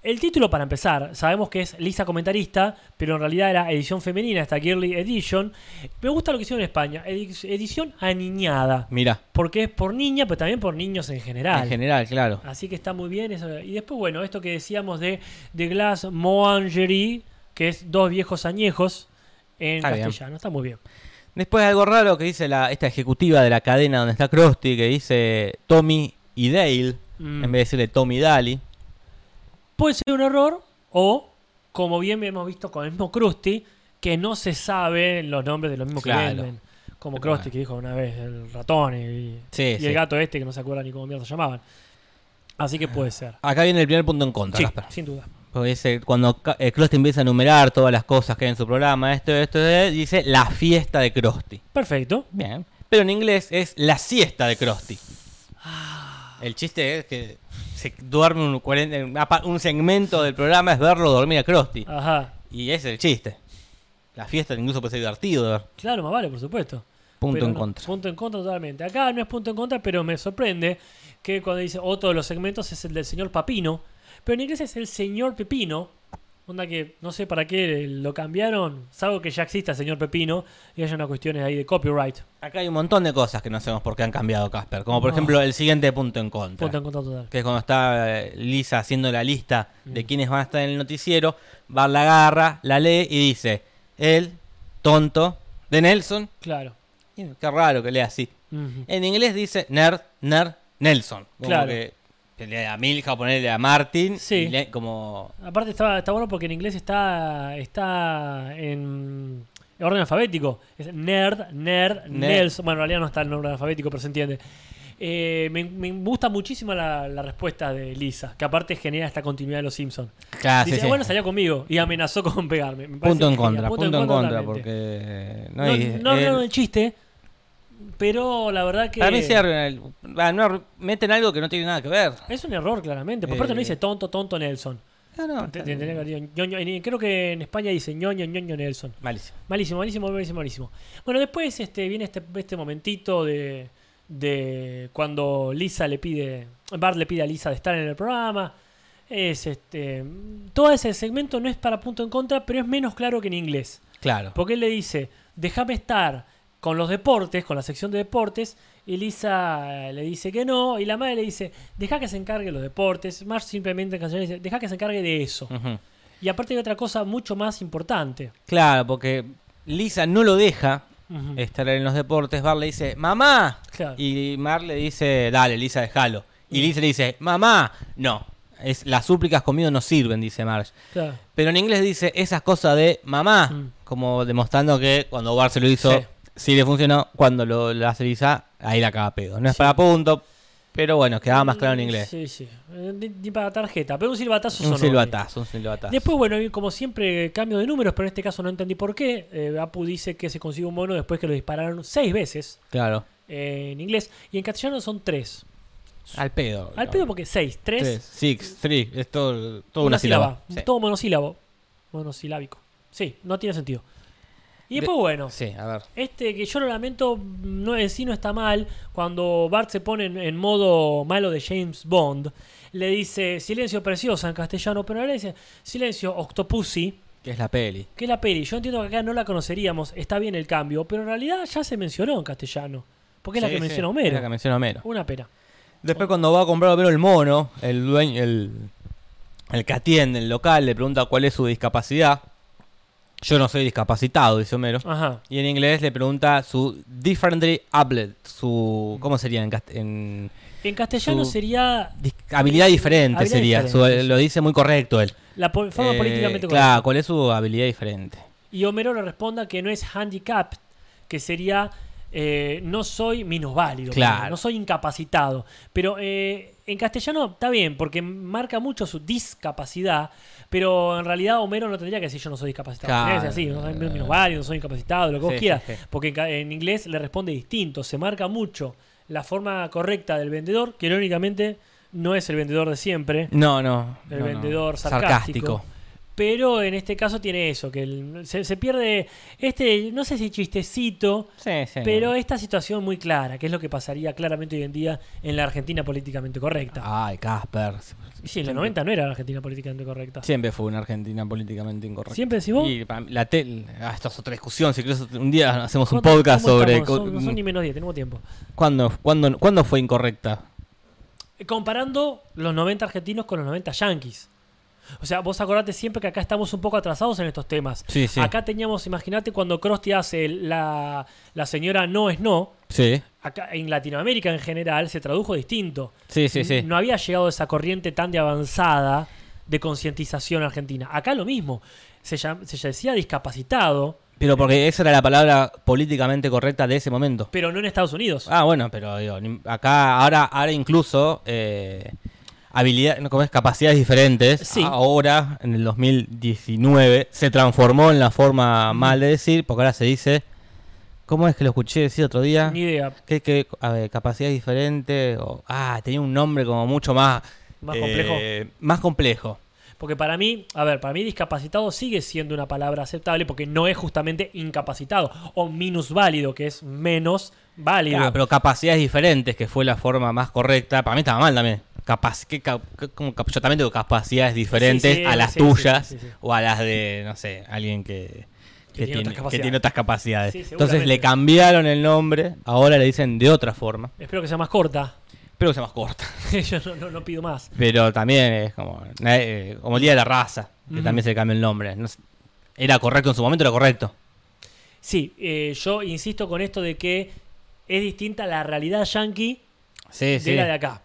Speaker 2: El título, para empezar, sabemos que es Lisa Comentarista, pero en realidad era edición femenina, esta Girly Edition. Me gusta lo que hicieron en España, edi- edición aniñada.
Speaker 3: mira,
Speaker 2: Porque es por niña, pero también por niños en general.
Speaker 3: en general, claro.
Speaker 2: Así que está muy bien eso. Y después, bueno, esto que decíamos de The Glass Moangerie, que es dos viejos añejos en
Speaker 3: Está bien.
Speaker 2: castellano. Está muy bien.
Speaker 3: Después algo raro que dice la, esta ejecutiva de la cadena donde está Krusty, que dice Tommy y Dale,
Speaker 2: Mm.
Speaker 3: en vez de decirle Tommy y Daly.
Speaker 2: Puede ser un error o, como bien hemos visto con el mismo Krusty, que no se saben los nombres de los mismos
Speaker 3: Claro.
Speaker 2: que venden. Como
Speaker 3: Claro.
Speaker 2: Krusty que dijo una vez, el ratón y,
Speaker 3: Sí,
Speaker 2: y
Speaker 3: sí.
Speaker 2: el gato este que no se acuerda ni cómo mierda se llamaban. Así que puede ser.
Speaker 3: Acá viene el primer punto en contra,
Speaker 2: Sí,
Speaker 3: Gaspar.
Speaker 2: sin duda.
Speaker 3: Porque dice, cuando Ca- eh, Krusty empieza a enumerar todas las cosas que hay en su programa, esto, esto, eh, dice la fiesta de Krusty.
Speaker 2: Perfecto.
Speaker 3: Bien. Pero en inglés es la siesta de Krusty.
Speaker 2: Ah.
Speaker 3: El chiste es que se duerme un, 40 una pa- un segmento del programa es verlo dormir a Krusty.
Speaker 2: Ajá.
Speaker 3: Y ese es el chiste. La fiesta incluso puede ser divertido de ver.
Speaker 2: Claro, más vale, por supuesto.
Speaker 3: Punto
Speaker 2: Pero
Speaker 3: en
Speaker 2: no,
Speaker 3: contra.
Speaker 2: Punto en contra totalmente. Acá no es punto en contra, pero me sorprende que cuando dice otro de los segmentos es el del señor Papino, pero en inglés es el señor Pepino. Onda que no sé para qué lo cambiaron, salvo que ya exista el señor Pepino y hay unas cuestiones ahí de copyright.
Speaker 3: Acá hay un montón de cosas que no sabemos por qué han cambiado Casper. Como por
Speaker 2: Ah.
Speaker 3: ejemplo el siguiente punto en contra.
Speaker 2: Punto en contra total.
Speaker 3: que es cuando está eh, Lisa haciendo la lista de quienes van a estar en el noticiero, va la agarra, la lee y dice, el tonto de Nelson.
Speaker 2: Claro.
Speaker 3: Y Qué raro que lea así.
Speaker 2: Ujú.
Speaker 3: En inglés dice nerd, nerd, Nelson. Como
Speaker 2: Claro.
Speaker 3: que que le da a Milka, ponerle a Martin.
Speaker 2: Sí.
Speaker 3: y le- como...
Speaker 2: Aparte está, está bueno porque en inglés está, está en orden alfabético. Es nerd, nerd, Nelson. Bueno, en realidad no está en orden alfabético, pero se entiende. Eh, me, me gusta muchísimo la, la respuesta de Lisa, que aparte genera esta continuidad de los Simpsons.
Speaker 3: Claro, sí,
Speaker 2: Dice,
Speaker 3: sí.
Speaker 2: "Ah, bueno, salió conmigo y amenazó con pegarme. Me parece
Speaker 3: punto en
Speaker 2: genial.
Speaker 3: contra, punto, en contra,
Speaker 2: totalmente.
Speaker 3: porque... eh, No,
Speaker 2: No,
Speaker 3: hay-
Speaker 2: no
Speaker 3: el-
Speaker 2: hablaron del chiste, pero la verdad que...
Speaker 3: Para mí se arruinan el- ah, no, arru- meten algo que no tiene nada que ver.
Speaker 2: Es un error, claramente. Por
Speaker 3: Eh.
Speaker 2: parte no dice tonto, tonto Nelson.
Speaker 3: No, no,
Speaker 2: Te- te-
Speaker 3: está bien.
Speaker 2: tenés que haber dicho ñoño, y creo que en España dice ñoño, ñoño Nelson.
Speaker 3: Malísimo.
Speaker 2: Malísimo, malísimo, malísimo, malísimo. Bueno, después este, viene este, este momentito de, de cuando Lisa le pide, Bart le pide a Lisa de estar en el programa. Es este, todo ese segmento no es para punto en contra, pero es menos claro que en inglés.
Speaker 3: Claro.
Speaker 2: Porque él le dice, déjame estar con los deportes, con la sección de deportes. Y Lisa eh, le dice que no. Y la madre le dice, deja que se encargue los deportes. Marge simplemente en canciones dice, deja que se encargue de eso.
Speaker 3: Ujú.
Speaker 2: Y aparte hay otra cosa mucho más importante.
Speaker 3: Claro, porque Lisa no lo deja
Speaker 2: Ujú.
Speaker 3: estar en los deportes. Bar le dice, mamá.
Speaker 2: Mm. Claro. Mm.
Speaker 3: Y Mar le dice, dale, Lisa, déjalo. Y Lisa le dice, mamá. No, es, las súplicas conmigo no sirven, dice Marge.
Speaker 2: Claro.
Speaker 3: Pero en inglés dice esas cosas de mamá,
Speaker 2: Mm.
Speaker 3: como demostrando que cuando Bar se lo hizo, sí,
Speaker 2: Sí.
Speaker 3: le funcionó. Cuando lo, lo hace Lisa, ahí la caga pedo. No es
Speaker 2: Sí. Mm,
Speaker 3: para punto, pero bueno, quedaba más claro en inglés.
Speaker 2: Sí, sí. Eh, Ni, ni para tarjeta, pero un silbatazo
Speaker 3: Un
Speaker 2: sonó.
Speaker 3: silbatazo, un silbatazo.
Speaker 2: Después, bueno, y como siempre, cambio de números, pero en este caso no entendí por qué. Eh, Apu dice que se consigue un mono después que lo dispararon seis veces
Speaker 3: Claro,
Speaker 2: eh, en inglés. Y en castellano son tres.
Speaker 3: al pedo.
Speaker 2: Al
Speaker 3: digamos.
Speaker 2: pedo porque seis, tres,
Speaker 3: Tres, six, three, es todo, toda una, sílaba. Sí.
Speaker 2: Todo monosílabo. Monosilábico. Sí, no tiene sentido. Y
Speaker 3: De-
Speaker 2: después, bueno.
Speaker 3: Sí, a ver.
Speaker 2: Este que yo lo lamento, no, en sí no está mal. Cuando Bart se pone en, en modo malo de James Bond, le dice Silencio Preciosa en castellano, pero le dice Silencio Octopussy,
Speaker 3: Que es la peli.
Speaker 2: que es la peli. Yo entiendo que acá no la conoceríamos, está bien el cambio, pero en realidad ya se mencionó en castellano. Porque es la
Speaker 3: Sí,
Speaker 2: que
Speaker 3: sí,
Speaker 2: menciona
Speaker 3: es
Speaker 2: Homero.
Speaker 3: la que menciona Homero.
Speaker 2: Una pena.
Speaker 3: Después cuando va a comprar a Homero el mono, el dueño, el, el que atiende el local le pregunta cuál es su discapacidad. Yo no soy discapacitado, dice Homero.
Speaker 2: Ajá.
Speaker 3: Y en inglés le pregunta su differently abled, su... ¿Cómo sería en, cast- en-
Speaker 2: En castellano
Speaker 3: Su-
Speaker 2: sería
Speaker 3: dis- habilidad diferente
Speaker 2: Habilidad
Speaker 3: sería, su-
Speaker 2: diferente, sí.
Speaker 3: lo dice muy correcto él.
Speaker 2: la po- forma
Speaker 3: Eh,
Speaker 2: políticamente correcta.
Speaker 3: Claro, ¿cuál es su habilidad diferente?
Speaker 2: Y Homero le responda que no es handicap, que sería eh, no soy minusválido,
Speaker 3: Claro.
Speaker 2: ponele, no soy incapacitado. Pero eh, en castellano está bien, porque marca mucho su discapacidad, pero en realidad Homero no tendría que decir yo no soy discapacitado.
Speaker 3: Claro.
Speaker 2: Tendría que decir así, no soy minusválido, no soy incapacitado, lo que vos
Speaker 3: Sí,
Speaker 2: quieras.
Speaker 3: sí, sí.
Speaker 2: Porque en, ca- en inglés le responde distinto, se marca mucho la forma correcta del vendedor, que irónicamente no es el vendedor de siempre.
Speaker 3: No, no.
Speaker 2: El
Speaker 3: no, no.
Speaker 2: vendedor sarcástico. Pero en este caso tiene eso, que el- se, se pierde este, no sé si chistecito,
Speaker 3: Sí, sí.
Speaker 2: pero esta situación muy clara, que es lo que pasaría claramente hoy en día en la Argentina políticamente correcta.
Speaker 3: Ay, Casper.
Speaker 2: sí, en los 90 no era la Argentina políticamente correcta.
Speaker 3: Siempre fue una Argentina políticamente incorrecta.
Speaker 2: ¿Siempre decís vos?
Speaker 3: Y para mí, la tele, ah, esto es otra discusión. Si querés, un día hacemos un
Speaker 2: ¿Cuánto-
Speaker 3: podcast
Speaker 2: cómo
Speaker 3: sobre
Speaker 2: estamos?
Speaker 3: co-
Speaker 2: Son- no son ni menos 10, tenemos tiempo.
Speaker 3: cuándo, cuándo- cuándo fue incorrecta.
Speaker 2: Eh, Comparando los 90 argentinos con los 90 yanquis. O sea, vos acordate siempre que acá estamos un poco atrasados en estos temas.
Speaker 3: Sí, sí.
Speaker 2: Acá teníamos, imagínate cuando Crosti hace el- la, la señora no es no,
Speaker 3: Sí,
Speaker 2: acá en Latinoamérica en general se tradujo distinto.
Speaker 3: sí, sí. sí.
Speaker 2: No había llegado esa corriente tan de avanzada de concientización argentina. Acá lo mismo. Se, llam- se decía discapacitado,
Speaker 3: Pero porque esa era la palabra políticamente correcta de ese momento.
Speaker 2: pero no en Estados Unidos.
Speaker 3: Ah, bueno, pero digo, ni- acá, ahora, ahora incluso, eh, habilidad, no, ¿cómo es? capacidades diferentes,
Speaker 2: Sí.
Speaker 3: ahora, en el 2019, se transformó en la forma mal de decir, porque ahora se dice, ¿cómo es que lo escuché decir otro día?
Speaker 2: Ni idea.
Speaker 3: Que, que, a ver, capacidades diferentes, o, ah, tenía un nombre como mucho más... eh,
Speaker 2: Más complejo.
Speaker 3: Más complejo.
Speaker 2: Porque para mí, a ver, para mí discapacitado sigue siendo una palabra aceptable porque no es justamente incapacitado o minusválido, que es menos válido.
Speaker 3: Claro, pero capacidades diferentes, que fue la forma más correcta. Para mí estaba mal también. Capaz, que, ca- que- como cap- yo también tengo capacidades diferentes
Speaker 2: sí,
Speaker 3: a las
Speaker 2: sí,
Speaker 3: tuyas
Speaker 2: sí, sí, sí.
Speaker 3: o a las de, no sé, alguien que, que
Speaker 2: Que tiene otras
Speaker 3: tiene, que
Speaker 2: capacidades.
Speaker 3: tiene otras capacidades.
Speaker 2: Sí,
Speaker 3: Entonces le
Speaker 2: seguramente.
Speaker 3: cambiaron el nombre, ahora le dicen de otra forma.
Speaker 2: Espero que sea más corta.
Speaker 3: Pero que sea más corta.
Speaker 2: Yo no- no- no pido más.
Speaker 3: Pero también es como, eh, como el Día de la Raza, que
Speaker 2: Ujú.
Speaker 3: también se cambió el nombre. No sé, era correcto en su momento, era correcto.
Speaker 2: Sí, eh, yo insisto con esto de que es distinta la realidad yankee
Speaker 3: Sí,
Speaker 2: de
Speaker 3: sí.
Speaker 2: la de acá.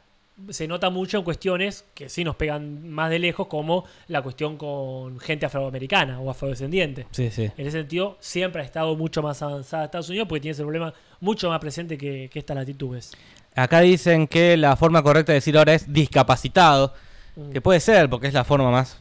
Speaker 2: Se nota mucho en cuestiones que sí nos pegan más de lejos, como la cuestión con gente afroamericana o afrodescendiente.
Speaker 3: Sí, sí.
Speaker 2: En ese sentido, siempre ha estado mucho más avanzada Estados Unidos porque tiene ese problema mucho más presente que, que estas latitudes.
Speaker 3: Acá dicen que la forma correcta de decir ahora es discapacitado,
Speaker 2: Mm.
Speaker 3: que puede ser porque es la forma más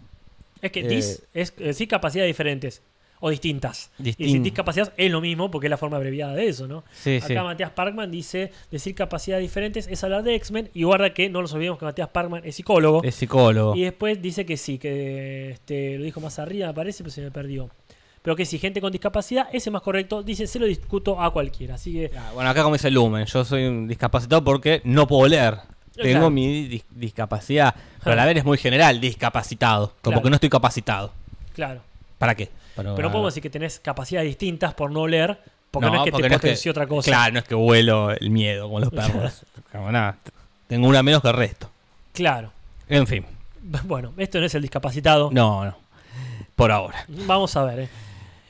Speaker 2: Es que
Speaker 3: Eh,
Speaker 2: dis es eh, sí capacidades diferentes o distintas. Y decir
Speaker 3: Distin-
Speaker 2: discapacidades es lo mismo porque es la forma abreviada de eso, ¿no?
Speaker 3: Sí,
Speaker 2: Acá
Speaker 3: sí.
Speaker 2: Matías Parkman dice decir capacidades diferentes es hablar de X-Men y guarda que no nos olvidemos que Matías Parkman es psicólogo.
Speaker 3: es psicólogo.
Speaker 2: Y después dice que sí, que este, lo dijo más arriba, me parece, pero se me perdió. Pero que si gente con discapacidad, ese es más correcto, dice, se lo discuto a cualquiera. Así que
Speaker 3: Ah, Bueno, acá como dice Lumen, yo soy un discapacitado porque no puedo leer. Tengo
Speaker 2: Claro.
Speaker 3: mi dis- discapacidad. Pero a la vez es muy general, discapacitado. Como
Speaker 2: Claro.
Speaker 3: que no estoy capacitado.
Speaker 2: Claro.
Speaker 3: ¿Para qué?
Speaker 2: Pero no podemos decir que tenés capacidades distintas por no leer, porque no, es que
Speaker 3: porque
Speaker 2: te
Speaker 3: no
Speaker 2: potencie otra cosa.
Speaker 3: Claro, no es que vuelo el miedo con los perros. Como nada, t- tengo una menos que el resto.
Speaker 2: Claro.
Speaker 3: En fin,
Speaker 2: Bueno, esto no es el discapacitado.
Speaker 3: no, no. Por ahora.
Speaker 2: Vamos a ver. ¿eh?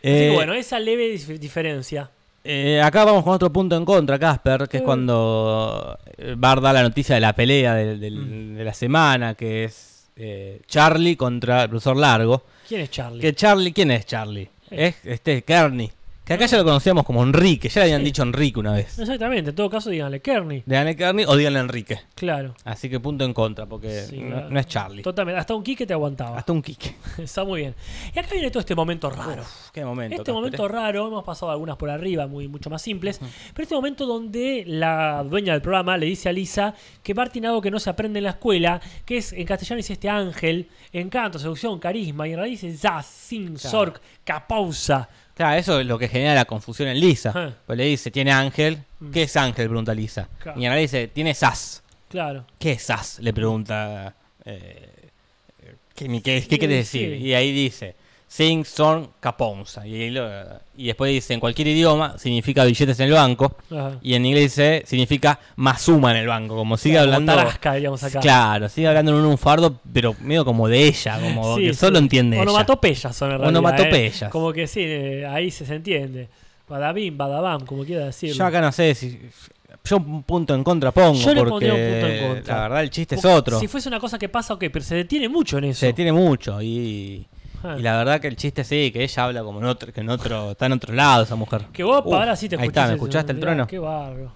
Speaker 2: Así
Speaker 3: Eh,
Speaker 2: que bueno, esa leve dif- diferencia.
Speaker 3: Eh, acá vamos con otro punto en contra, Casper,
Speaker 2: Mm.
Speaker 3: que es cuando eh, Bart da la noticia de la pelea del- del-
Speaker 2: Mm.
Speaker 3: de la semana, que es eh, Charlie contra el profesor Largo.
Speaker 2: ¿Quién es Charlie?
Speaker 3: Que Charlie, ¿quién es Charlie?
Speaker 2: Eh.
Speaker 3: Es este Kearney, que acá ya lo conocíamos como Enrique, ya le habían
Speaker 2: Sí.
Speaker 3: dicho Enrique una vez.
Speaker 2: Exactamente, en todo caso díganle Kearney.
Speaker 3: Díganle Kearney o díganle Enrique.
Speaker 2: Claro.
Speaker 3: Así que punto en contra, porque
Speaker 2: Sí,
Speaker 3: no,
Speaker 2: claro.
Speaker 3: no es Charlie.
Speaker 2: Totalmente. Hasta un Quique te aguantaba.
Speaker 3: Hasta un kick.
Speaker 2: Está muy bien. Y acá viene todo este momento raro.
Speaker 3: Uf, qué momento.
Speaker 2: Este
Speaker 3: Casper,
Speaker 2: momento
Speaker 3: eh.
Speaker 2: raro, hemos pasado algunas por arriba, muy, mucho más simples, pero este momento donde la dueña del programa le dice a Lisa que Bart tiene algo que no se aprende en la escuela, que es en castellano dice este ángel, encanto, seducción, carisma, y en realidad dice Zaz, Zin,
Speaker 3: Claro.
Speaker 2: Zork, Capausa.
Speaker 3: ¿eh? Claro, eso es lo que genera la confusión en Lisa.
Speaker 2: Ajá.
Speaker 3: Pues le dice, ¿tiene Ángel? ¿Qué es Ángel? Pregunta Lisa.
Speaker 2: Mm. Claro.
Speaker 3: Y Ana le dice, ¿tiene Sass?
Speaker 2: Claro.
Speaker 3: ¿Qué es SAS? Le pregunta eh, ¿qué, ni qué, qué querés
Speaker 2: Sí.
Speaker 3: decir? Y ahí dice, sing, son, caponza. Y, ahí lo- y después dice, en cualquier idioma, significa billetes en el banco.
Speaker 2: Ajá.
Speaker 3: Y en inglés dice, significa más suma en el banco. Como sigue
Speaker 2: Claro, como
Speaker 3: hablando...
Speaker 2: tarasca, digamos acá.
Speaker 3: Claro, sigue hablando en un fardo, pero medio como de ella, como
Speaker 2: Sí,
Speaker 3: que solo
Speaker 2: sí.
Speaker 3: entiende ella.
Speaker 2: Onomatopeyas son en realidad.
Speaker 3: Onomatopeyas.
Speaker 2: ¿eh? Como que sí, eh, ahí se, se entiende. Badabim, badabam, como quiera decirlo.
Speaker 3: Yo acá no sé si. Yo un punto en contra pongo.
Speaker 2: Yo le
Speaker 3: porque
Speaker 2: pondría un punto en contra.
Speaker 3: La verdad, el chiste este es
Speaker 2: Porque
Speaker 3: otro.
Speaker 2: Si fuese una cosa que pasa, ok, pero se detiene mucho en eso.
Speaker 3: Se detiene mucho. Y,
Speaker 2: Ah.
Speaker 3: y la verdad que el chiste sí, que ella habla como en otro. Que en otro está en otro lado esa mujer.
Speaker 2: Que vos,
Speaker 3: Uf,
Speaker 2: ahora sí te
Speaker 3: Ahí
Speaker 2: escuchaste.
Speaker 3: está, ¿me escuchaste el trono?
Speaker 2: Qué bárbaro.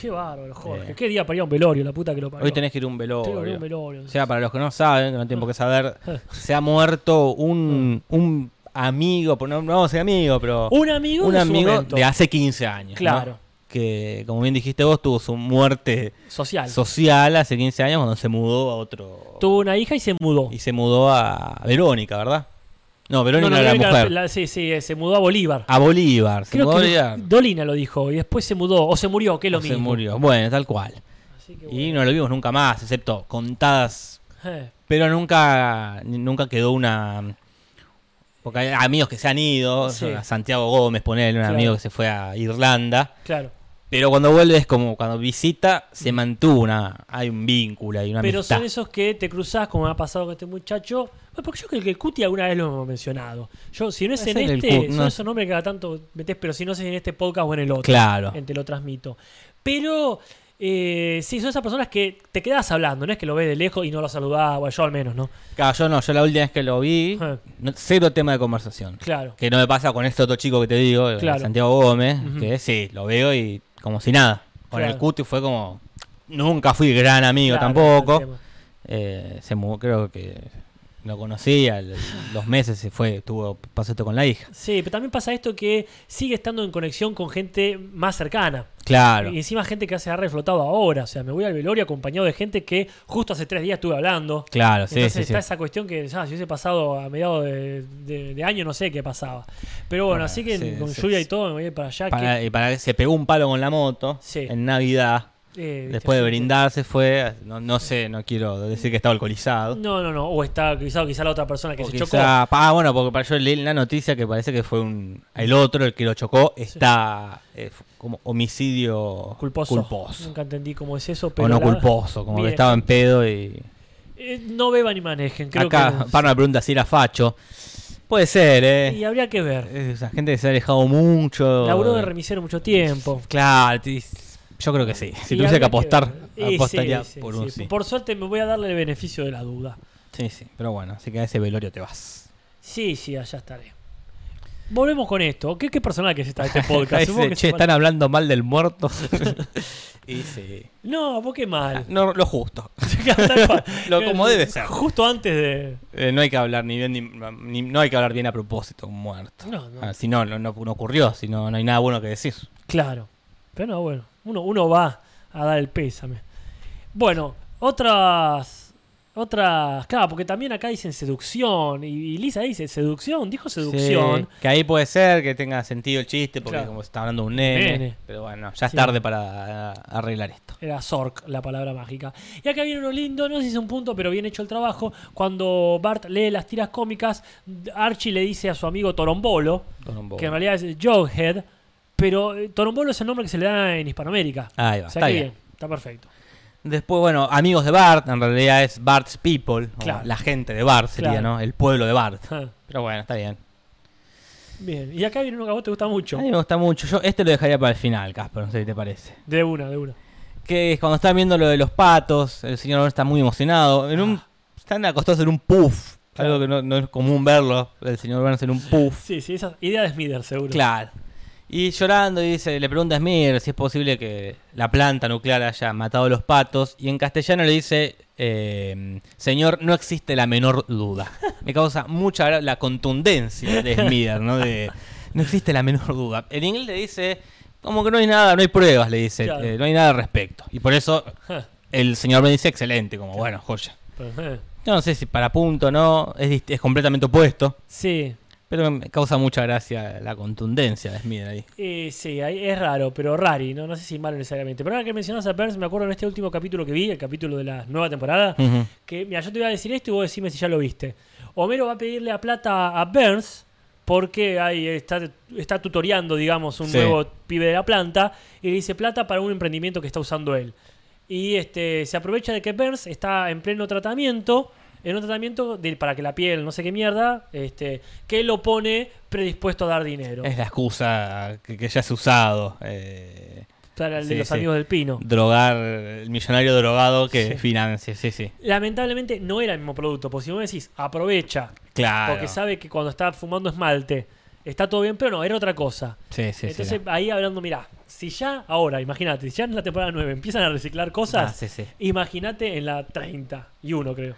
Speaker 2: Qué bárbaro, Jorge.
Speaker 3: Eh.
Speaker 2: Qué día para ir a un velorio, la puta que lo parió.
Speaker 3: Hoy tenés que ir a un
Speaker 2: Tengo que ir a
Speaker 3: velorio.
Speaker 2: un velorio. Ah.
Speaker 3: O sea, para los que no saben, que no tienen por qué saber, se ha muerto un, un amigo, por- no, no vamos a decir amigo, pero.
Speaker 2: un amigo,
Speaker 3: un
Speaker 2: de, su
Speaker 3: amigo
Speaker 2: momento.
Speaker 3: de hace 15 años. ¿no?
Speaker 2: Claro.
Speaker 3: Que, como bien dijiste vos, tuvo su muerte
Speaker 2: social.
Speaker 3: social hace 15 años cuando se mudó a otro.
Speaker 2: Tuvo una hija y se mudó.
Speaker 3: Y se mudó a Verónica, ¿verdad? No, Verónica
Speaker 2: No, no,
Speaker 3: era
Speaker 2: Verónica,
Speaker 3: la mujer.
Speaker 2: la- sí, sí, eh, se mudó a Bolívar.
Speaker 3: A Bolívar. Se
Speaker 2: Creo
Speaker 3: mudó a
Speaker 2: que
Speaker 3: Bolívar.
Speaker 2: Dolina lo dijo y después se mudó o se murió, que es lo
Speaker 3: O
Speaker 2: mismo.
Speaker 3: se murió. Bueno, tal cual.
Speaker 2: Así que
Speaker 3: Y
Speaker 2: bueno.
Speaker 3: no lo vimos nunca más, excepto contadas.
Speaker 2: Eh,
Speaker 3: Pero nunca, nunca quedó una. Porque hay amigos que se han ido.
Speaker 2: Sí.
Speaker 3: a Santiago Gómez, ponerle un
Speaker 2: Claro.
Speaker 3: amigo que se fue a Irlanda.
Speaker 2: claro.
Speaker 3: Pero cuando vuelve es como cuando visita, se mantuvo una. Hay un vínculo, hay una
Speaker 2: Pero
Speaker 3: amistad.
Speaker 2: son esos que te cruzás, como me ha pasado con este muchacho. Bueno, porque yo creo que el Cuti alguna vez lo hemos mencionado. Yo, si no es
Speaker 3: Puede
Speaker 2: en
Speaker 3: ser que el
Speaker 2: este,
Speaker 3: Cuti,
Speaker 2: son
Speaker 3: no.
Speaker 2: esos nombres que cada tanto metés, pero si no es en este podcast o en el otro.
Speaker 3: Claro.
Speaker 2: en Te lo transmito. Pero eh, sí, son esas personas que te quedas hablando, no es que lo ves de lejos y no lo saludás, bueno, yo al menos, ¿no?
Speaker 3: Claro, yo no, yo la última vez que lo vi,
Speaker 2: Ajá.
Speaker 3: no- cero tema de conversación.
Speaker 2: Ah. Claro.
Speaker 3: Que no me pasa con este otro chico que te digo, el
Speaker 2: Claro.
Speaker 3: Santiago Gómez,
Speaker 2: Ujú.
Speaker 3: que sí, lo veo y como si nada. Con
Speaker 2: Claro.
Speaker 3: el Cuti fue como. Nunca fui gran amigo
Speaker 2: Claro, el
Speaker 3: tampoco.
Speaker 2: tema.
Speaker 3: Eh, se mu- creo que lo conocía, al- los meses se fue, tuvo pasó esto con la hija.
Speaker 2: Sí, pero también pasa esto que sigue estando en conexión con gente más cercana.
Speaker 3: Claro.
Speaker 2: Y encima gente que se ha reflotado ahora. O sea, me voy al velorio acompañado de gente que justo hace tres días estuve hablando.
Speaker 3: Claro, sí,
Speaker 2: Entonces
Speaker 3: sí, sí.
Speaker 2: está esa cuestión que ya, si hubiese pasado a mediados de, de- de año, no sé qué pasaba. Pero bueno,
Speaker 3: Ah,
Speaker 2: así que
Speaker 3: sí,
Speaker 2: con
Speaker 3: sí,
Speaker 2: lluvia
Speaker 3: sí.
Speaker 2: y todo me voy a ir para allá.
Speaker 3: Para- y para- se pegó un palo con la moto
Speaker 2: Sí.
Speaker 3: en Navidad.
Speaker 2: que, eh, viste,
Speaker 3: Después de
Speaker 2: gente-
Speaker 3: brindarse fue, no, no sé, no quiero decir que estaba alcoholizado.
Speaker 2: No, no, no. O está quizá, quizá la otra persona que
Speaker 3: O
Speaker 2: se
Speaker 3: quizá-
Speaker 2: chocó.
Speaker 3: Ah, bueno, porque para yo leí la noticia que parece que fue un el otro, el que lo chocó, está eh, f- como homicidio
Speaker 2: Culposo.
Speaker 3: culposo.
Speaker 2: Nunca entendí cómo es eso, pero.
Speaker 3: O no
Speaker 2: la-
Speaker 3: culposo, como
Speaker 2: Bien.
Speaker 3: que estaba en pedo y.
Speaker 2: Eh, no beban ni manejen, creo
Speaker 3: Acá,
Speaker 2: que.
Speaker 3: Parma pregunta si era facho. Puede ser,
Speaker 2: Y
Speaker 3: ¿eh?
Speaker 2: habría que ver.
Speaker 3: Esa gente que se ha alejado mucho.
Speaker 2: Laburó de remisero mucho tiempo.
Speaker 3: Claro, ti- yo creo que sí. Si
Speaker 2: Y
Speaker 3: tuviese que
Speaker 2: habría
Speaker 3: apostar,
Speaker 2: ver. Y sí,
Speaker 3: apostaría
Speaker 2: sí,
Speaker 3: por
Speaker 2: sí.
Speaker 3: un sí.
Speaker 2: Por suerte me voy a darle el beneficio de la duda.
Speaker 3: Sí, sí. Pero bueno, así que a ese velorio te vas.
Speaker 2: Sí, sí, allá estaré. Volvemos con esto. ¿Qué, qué personal que es esta este podcast?
Speaker 3: Ese,
Speaker 2: Supongo que
Speaker 3: che,
Speaker 2: se van-
Speaker 3: están hablando mal del muerto. y sí.
Speaker 2: No, vos qué mal.
Speaker 3: No, lo justo.
Speaker 2: Tal cual.
Speaker 3: Lo- como debe ser.
Speaker 2: Justo antes de.
Speaker 3: Eh, no hay que hablar ni bien, ni, ni- no hay que hablar bien a propósito con muerto.
Speaker 2: No, no.
Speaker 3: Ah, si no, no, no- no ocurrió, si no, no hay nada bueno que decir.
Speaker 2: Claro. Pero no, bueno, uno, uno va a dar el pésame. Bueno, otras. Otras. Claro, porque también acá dicen seducción. Y, y Lisa dice seducción, dijo seducción.
Speaker 3: Sí, que ahí puede ser que tenga sentido el chiste, porque
Speaker 2: Claro.
Speaker 3: como se está hablando de un nene.
Speaker 2: Nene.
Speaker 3: Pero bueno, ya es
Speaker 2: Sí.
Speaker 3: tarde para ah, arreglar esto.
Speaker 2: Era Zork la palabra mágica. Y acá viene uno lindo, no sé si es un punto, pero bien hecho el trabajo. Cuando Bart lee las tiras cómicas, Archie le dice a su amigo Torombolo,
Speaker 3: Torombo.
Speaker 2: que en realidad es Joghead, pero eh, Torombolo es el nombre que se le da en Hispanoamérica.
Speaker 3: Ah, Ahí va,
Speaker 2: o sea,
Speaker 3: está
Speaker 2: que
Speaker 3: bien.
Speaker 2: bien, está perfecto.
Speaker 3: Después, bueno, amigos de Bart, en realidad es Bart's People, o
Speaker 2: Claro.
Speaker 3: la gente de Bart sería,
Speaker 2: Claro.
Speaker 3: ¿no? El pueblo de Bart.
Speaker 2: Ah,
Speaker 3: Pero bueno, está bien.
Speaker 2: Bien, y acá viene uno que a vos te gusta mucho.
Speaker 3: A mí me gusta mucho. Yo este lo dejaría para el final, Casper, no sé si te parece.
Speaker 2: De una, de una.
Speaker 3: que es cuando están viendo lo de los patos, el señor está muy emocionado. En un, están acostados en un puff,
Speaker 2: Ah. Claro.
Speaker 3: algo que no, no es común verlo, el señor Burns en un puff.
Speaker 2: Sí, sí, esa idea de Smither, seguro.
Speaker 3: Claro. Y llorando y dice, le pregunta a Smith si es posible que la planta nuclear haya matado a los patos. Y en castellano le dice, eh, señor, no existe la menor duda. Me causa mucha gra- la contundencia de Smith, ¿no? De, no existe la menor duda. En inglés le dice, como que no hay nada, no hay pruebas, le dice,
Speaker 2: Claro.
Speaker 3: "eh, no hay nada al respecto. Y por eso
Speaker 2: Ja,
Speaker 3: el señor me dice excelente, como bueno, joya.
Speaker 2: pero, Ah, eh,
Speaker 3: Yo no sé si para punto o no, es, dist- es completamente opuesto.
Speaker 2: Sí,
Speaker 3: Pero me causa mucha gracia la contundencia de Smith ahí.
Speaker 2: Eh, sí, ahí es raro, pero rari, ¿no? No sé si malo necesariamente. Pero ahora que mencionas a Burns, me acuerdo en este último capítulo que vi, el capítulo de la nueva temporada,
Speaker 3: Ujú.
Speaker 2: que, mira, yo te voy a decir esto y vos decime si ya lo viste. Homero va a pedirle a plata a Burns porque ahí está, está tutoreando, digamos, un
Speaker 3: Sí.
Speaker 2: nuevo pibe de la planta y le dice plata para un emprendimiento que está usando él. Y este, se aprovecha de que Burns está en pleno tratamiento, en un tratamiento de- para que la piel, no sé qué mierda, este, que lo pone predispuesto a dar dinero.
Speaker 3: Es la excusa que, que ya se ha usado. eh,
Speaker 2: Para el de
Speaker 3: Sí,
Speaker 2: los
Speaker 3: sí.
Speaker 2: amigos del pino.
Speaker 3: drogar, el millonario drogado que
Speaker 2: Sí.
Speaker 3: financia, sí, sí.
Speaker 2: Lamentablemente no era el mismo producto, porque si vos me decís, aprovecha,
Speaker 3: Claro.
Speaker 2: porque sabe que cuando está fumando esmalte, está todo bien, pero no, era otra cosa.
Speaker 3: Sí, sí,
Speaker 2: Entonces
Speaker 3: sí.
Speaker 2: ahí hablando, mirá, si ya ahora, imagínate, si ya en la temporada 9 empiezan a reciclar cosas,
Speaker 3: Ah, sí, sí.
Speaker 2: imagínate en la 31, creo.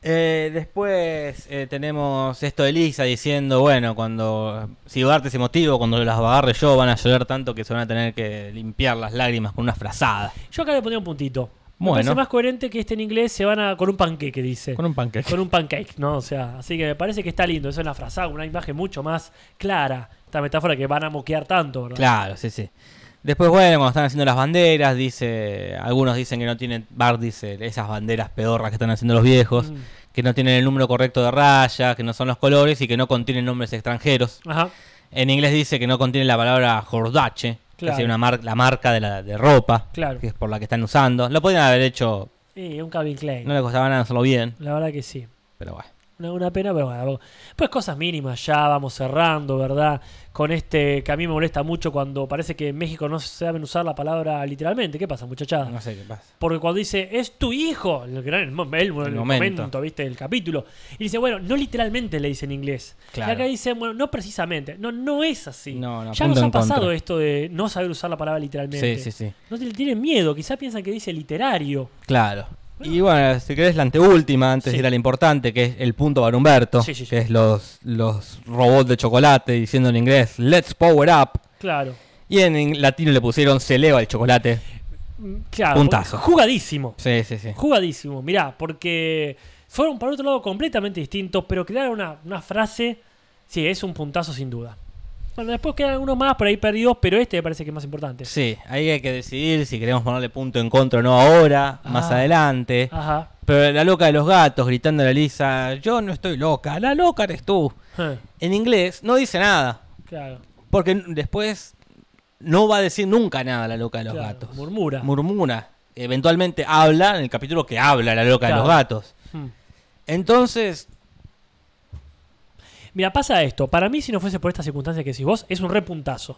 Speaker 3: Eh, después eh, tenemos esto de Lisa diciendo, bueno, cuando si Bart es emotivo, cuando las agarre yo, van a llorar tanto que se van a tener que limpiar las lágrimas con una frazada.
Speaker 2: Yo acá le ponía un puntito. Me
Speaker 3: Bueno.
Speaker 2: parece más coherente que este en inglés se van a con un panqueque, dice.
Speaker 3: Con un panqueque.
Speaker 2: con un pancake, ¿no? O sea, así que me parece que está lindo. Eso es una frazada, una imagen mucho más clara. Esta metáfora que van a moquear tanto, ¿verdad?
Speaker 3: Claro, sí, sí. Después, bueno, cuando están haciendo las banderas, dice, algunos dicen que no tienen, Bart dice, esas banderas pedorras que están haciendo los viejos,
Speaker 2: Mm.
Speaker 3: que no tienen el número correcto de rayas, que no son los colores y que no contienen nombres extranjeros.
Speaker 2: Ajá.
Speaker 3: En inglés dice que no contiene la palabra jordache,
Speaker 2: Claro.
Speaker 3: que sería una mar- la marca de, la, de ropa,
Speaker 2: Claro.
Speaker 3: que es por la que están usando. Lo podrían haber hecho,
Speaker 2: Sí, un Calvin Klein.
Speaker 3: no le costaba nada hacerlo bien,
Speaker 2: La verdad que sí.
Speaker 3: pero bueno.
Speaker 2: Una, una pena, pero bueno. tampoco. Pues cosas mínimas, ya vamos cerrando, ¿verdad? Con este que a mí me molesta mucho cuando parece que en México no saben usar la palabra literalmente. ¿Qué pasa, muchachada?
Speaker 3: No sé qué pasa.
Speaker 2: Porque cuando dice, es tu hijo, el gran el, mom- el- el
Speaker 3: momento.
Speaker 2: momento. ¿viste? El capítulo. Y dice, bueno, no literalmente le dice en inglés.
Speaker 3: Claro.
Speaker 2: Y acá dice, bueno, no precisamente. No, no es así.
Speaker 3: No, no,
Speaker 2: ya
Speaker 3: punto
Speaker 2: nos ha
Speaker 3: en contra.
Speaker 2: pasado esto de no saber usar la palabra literalmente.
Speaker 3: Sí, sí, sí.
Speaker 2: No te- tienen miedo, quizá piensan que dice literario.
Speaker 3: Claro. Y bueno, si querés la anteúltima, antes
Speaker 2: Sí.
Speaker 3: de ir a la importante, que es el punto para Humberto,
Speaker 2: Sí, sí, sí.
Speaker 3: que es los, los robots de chocolate diciendo en inglés, let's power up.
Speaker 2: Claro.
Speaker 3: Y en in- latino le pusieron, se eleva el chocolate.
Speaker 2: Mm, Claro.
Speaker 3: Puntazo.
Speaker 2: porque- Jugadísimo.
Speaker 3: Sí, sí, sí.
Speaker 2: Jugadísimo, mirá, porque fueron para otro lado completamente distintos, pero crearon una, una frase. Sí, es un puntazo sin duda. Bueno, después quedan algunos más por ahí perdidos, pero este me parece que es más importante.
Speaker 3: Sí, ahí hay que decidir si queremos ponerle punto en contra o no ahora,
Speaker 2: Ah.
Speaker 3: más adelante.
Speaker 2: Ajá.
Speaker 3: Pero la loca de los gatos gritando a Lisa, yo no estoy loca, la loca eres tú.
Speaker 2: Eh,
Speaker 3: En inglés no dice nada,
Speaker 2: Claro.
Speaker 3: porque n- después no va a decir nunca nada la loca de los
Speaker 2: claro,
Speaker 3: gatos.
Speaker 2: Murmura.
Speaker 3: Murmura. Eventualmente habla en el capítulo que habla la loca
Speaker 2: Claro.
Speaker 3: de los gatos.
Speaker 2: Mm.
Speaker 3: Entonces,
Speaker 2: Mira, pasa esto. Para mí, si no fuese por estas circunstancias que decís vos, es un repuntazo.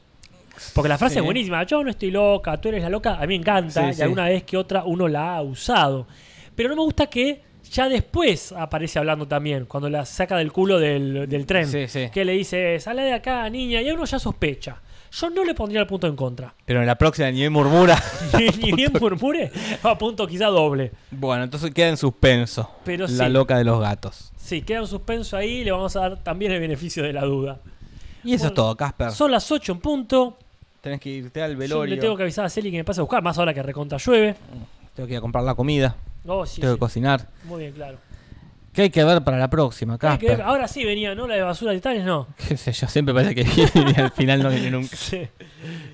Speaker 2: Porque la frase
Speaker 3: Sí.
Speaker 2: es buenísima. Yo no estoy loca, tú eres la loca. A mí me encanta.
Speaker 3: Sí,
Speaker 2: y
Speaker 3: sí.
Speaker 2: alguna vez que otra uno la ha usado. Pero no me gusta que ya después aparece hablando también. Cuando la saca del culo del, del tren.
Speaker 3: Sí, sí.
Speaker 2: Que le dice, sale de acá, niña. Y uno ya sospecha. Yo no le pondría el punto en contra.
Speaker 3: pero en la próxima ni bien murmura.
Speaker 2: Ni- Ni bien murmure, a punto quizá doble.
Speaker 3: bueno, entonces queda en suspenso.
Speaker 2: Pero
Speaker 3: la
Speaker 2: sí.
Speaker 3: loca de los gatos.
Speaker 2: Sí, queda un suspenso ahí. Le vamos a dar también el beneficio de la duda.
Speaker 3: Y eso
Speaker 2: Bueno,
Speaker 3: es todo, Casper.
Speaker 2: Son las 8 en punto.
Speaker 3: Tenés que irte al
Speaker 2: Yo
Speaker 3: velorio.
Speaker 2: le tengo que avisar a Celi que me pase a buscar, más ahora que recontra llueve.
Speaker 3: Tengo que ir a comprar la comida.
Speaker 2: Oh, sí,
Speaker 3: tengo
Speaker 2: sí.
Speaker 3: que cocinar.
Speaker 2: Muy bien, claro.
Speaker 3: ¿Qué hay que ver para la próxima,
Speaker 2: Hay que ver- Ah.
Speaker 3: Casper?
Speaker 2: Ahora sí venía, ¿no? La de basura de titanes, no.
Speaker 3: Qué sé yo, siempre parece que viene y al final no viene nunca.
Speaker 2: Sí.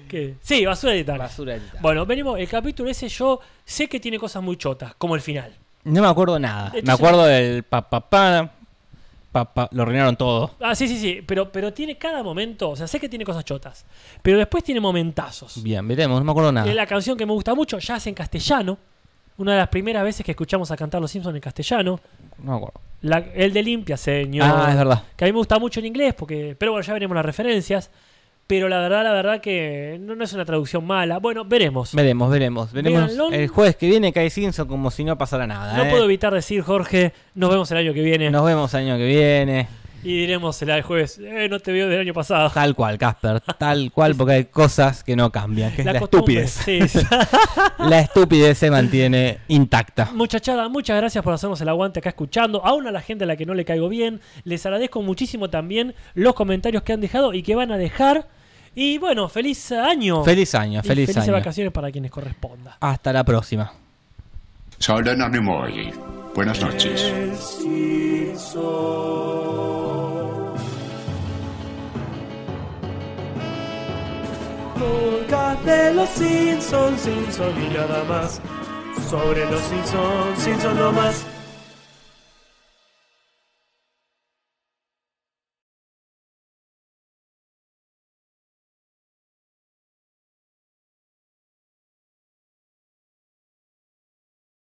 Speaker 2: ¿Qué? Sí, basura de titanes. Bueno, venimos, el capítulo ese yo sé que tiene cosas muy chotas, como el final.
Speaker 3: No me acuerdo nada.
Speaker 2: Entonces-
Speaker 3: me acuerdo del papá. Pa, pa, pa- lo arruinaron todo.
Speaker 2: Ah, sí, sí, sí, pero, pero tiene cada momento, o sea, sé que tiene cosas chotas, pero después tiene momentazos.
Speaker 3: Bien, veremos, no me acuerdo nada.
Speaker 2: Eh, La canción que me gusta mucho ya es en castellano, una de las primeras veces que escuchamos a cantar Los Simpsons en castellano.
Speaker 3: No me acuerdo.
Speaker 2: La- el de limpia, señor.
Speaker 3: Ah, es verdad.
Speaker 2: Que a mí me gusta mucho en inglés, porque. Pero bueno, ya veremos las referencias. Pero la verdad, la verdad que no, no es una traducción mala. Bueno, veremos.
Speaker 3: Veremos, veremos. Veremos
Speaker 2: Véanlo.
Speaker 3: el jueves que viene cae Simpson como si no pasara nada.
Speaker 2: no
Speaker 3: ¿eh?
Speaker 2: puedo evitar decir, Jorge, nos vemos el año que viene.
Speaker 3: Nos vemos el año que viene.
Speaker 2: Y diremos el jueves, eh, no te veo del año pasado.
Speaker 3: Tal cual, Casper. Tal cual, porque hay cosas que no cambian. Que es la
Speaker 2: costumbre.
Speaker 3: estupidez.
Speaker 2: Sí, sí.
Speaker 3: La estupidez se mantiene intacta.
Speaker 2: Muchachada, muchas gracias por hacernos el aguante acá escuchando. Aún a la gente a la que no le caigo bien, les agradezco muchísimo también los comentarios que han dejado y que van a dejar. Y bueno, feliz año.
Speaker 3: Feliz año,
Speaker 2: Y
Speaker 3: feliz
Speaker 2: felices
Speaker 3: año.
Speaker 2: vacaciones para quienes corresponda.
Speaker 3: Hasta la próxima.
Speaker 4: Saludan a Memori. Buenas noches.
Speaker 1: El Simpson. los Simpsons, Simpson y nada más. Sobre los Simpsons, Simpson no más.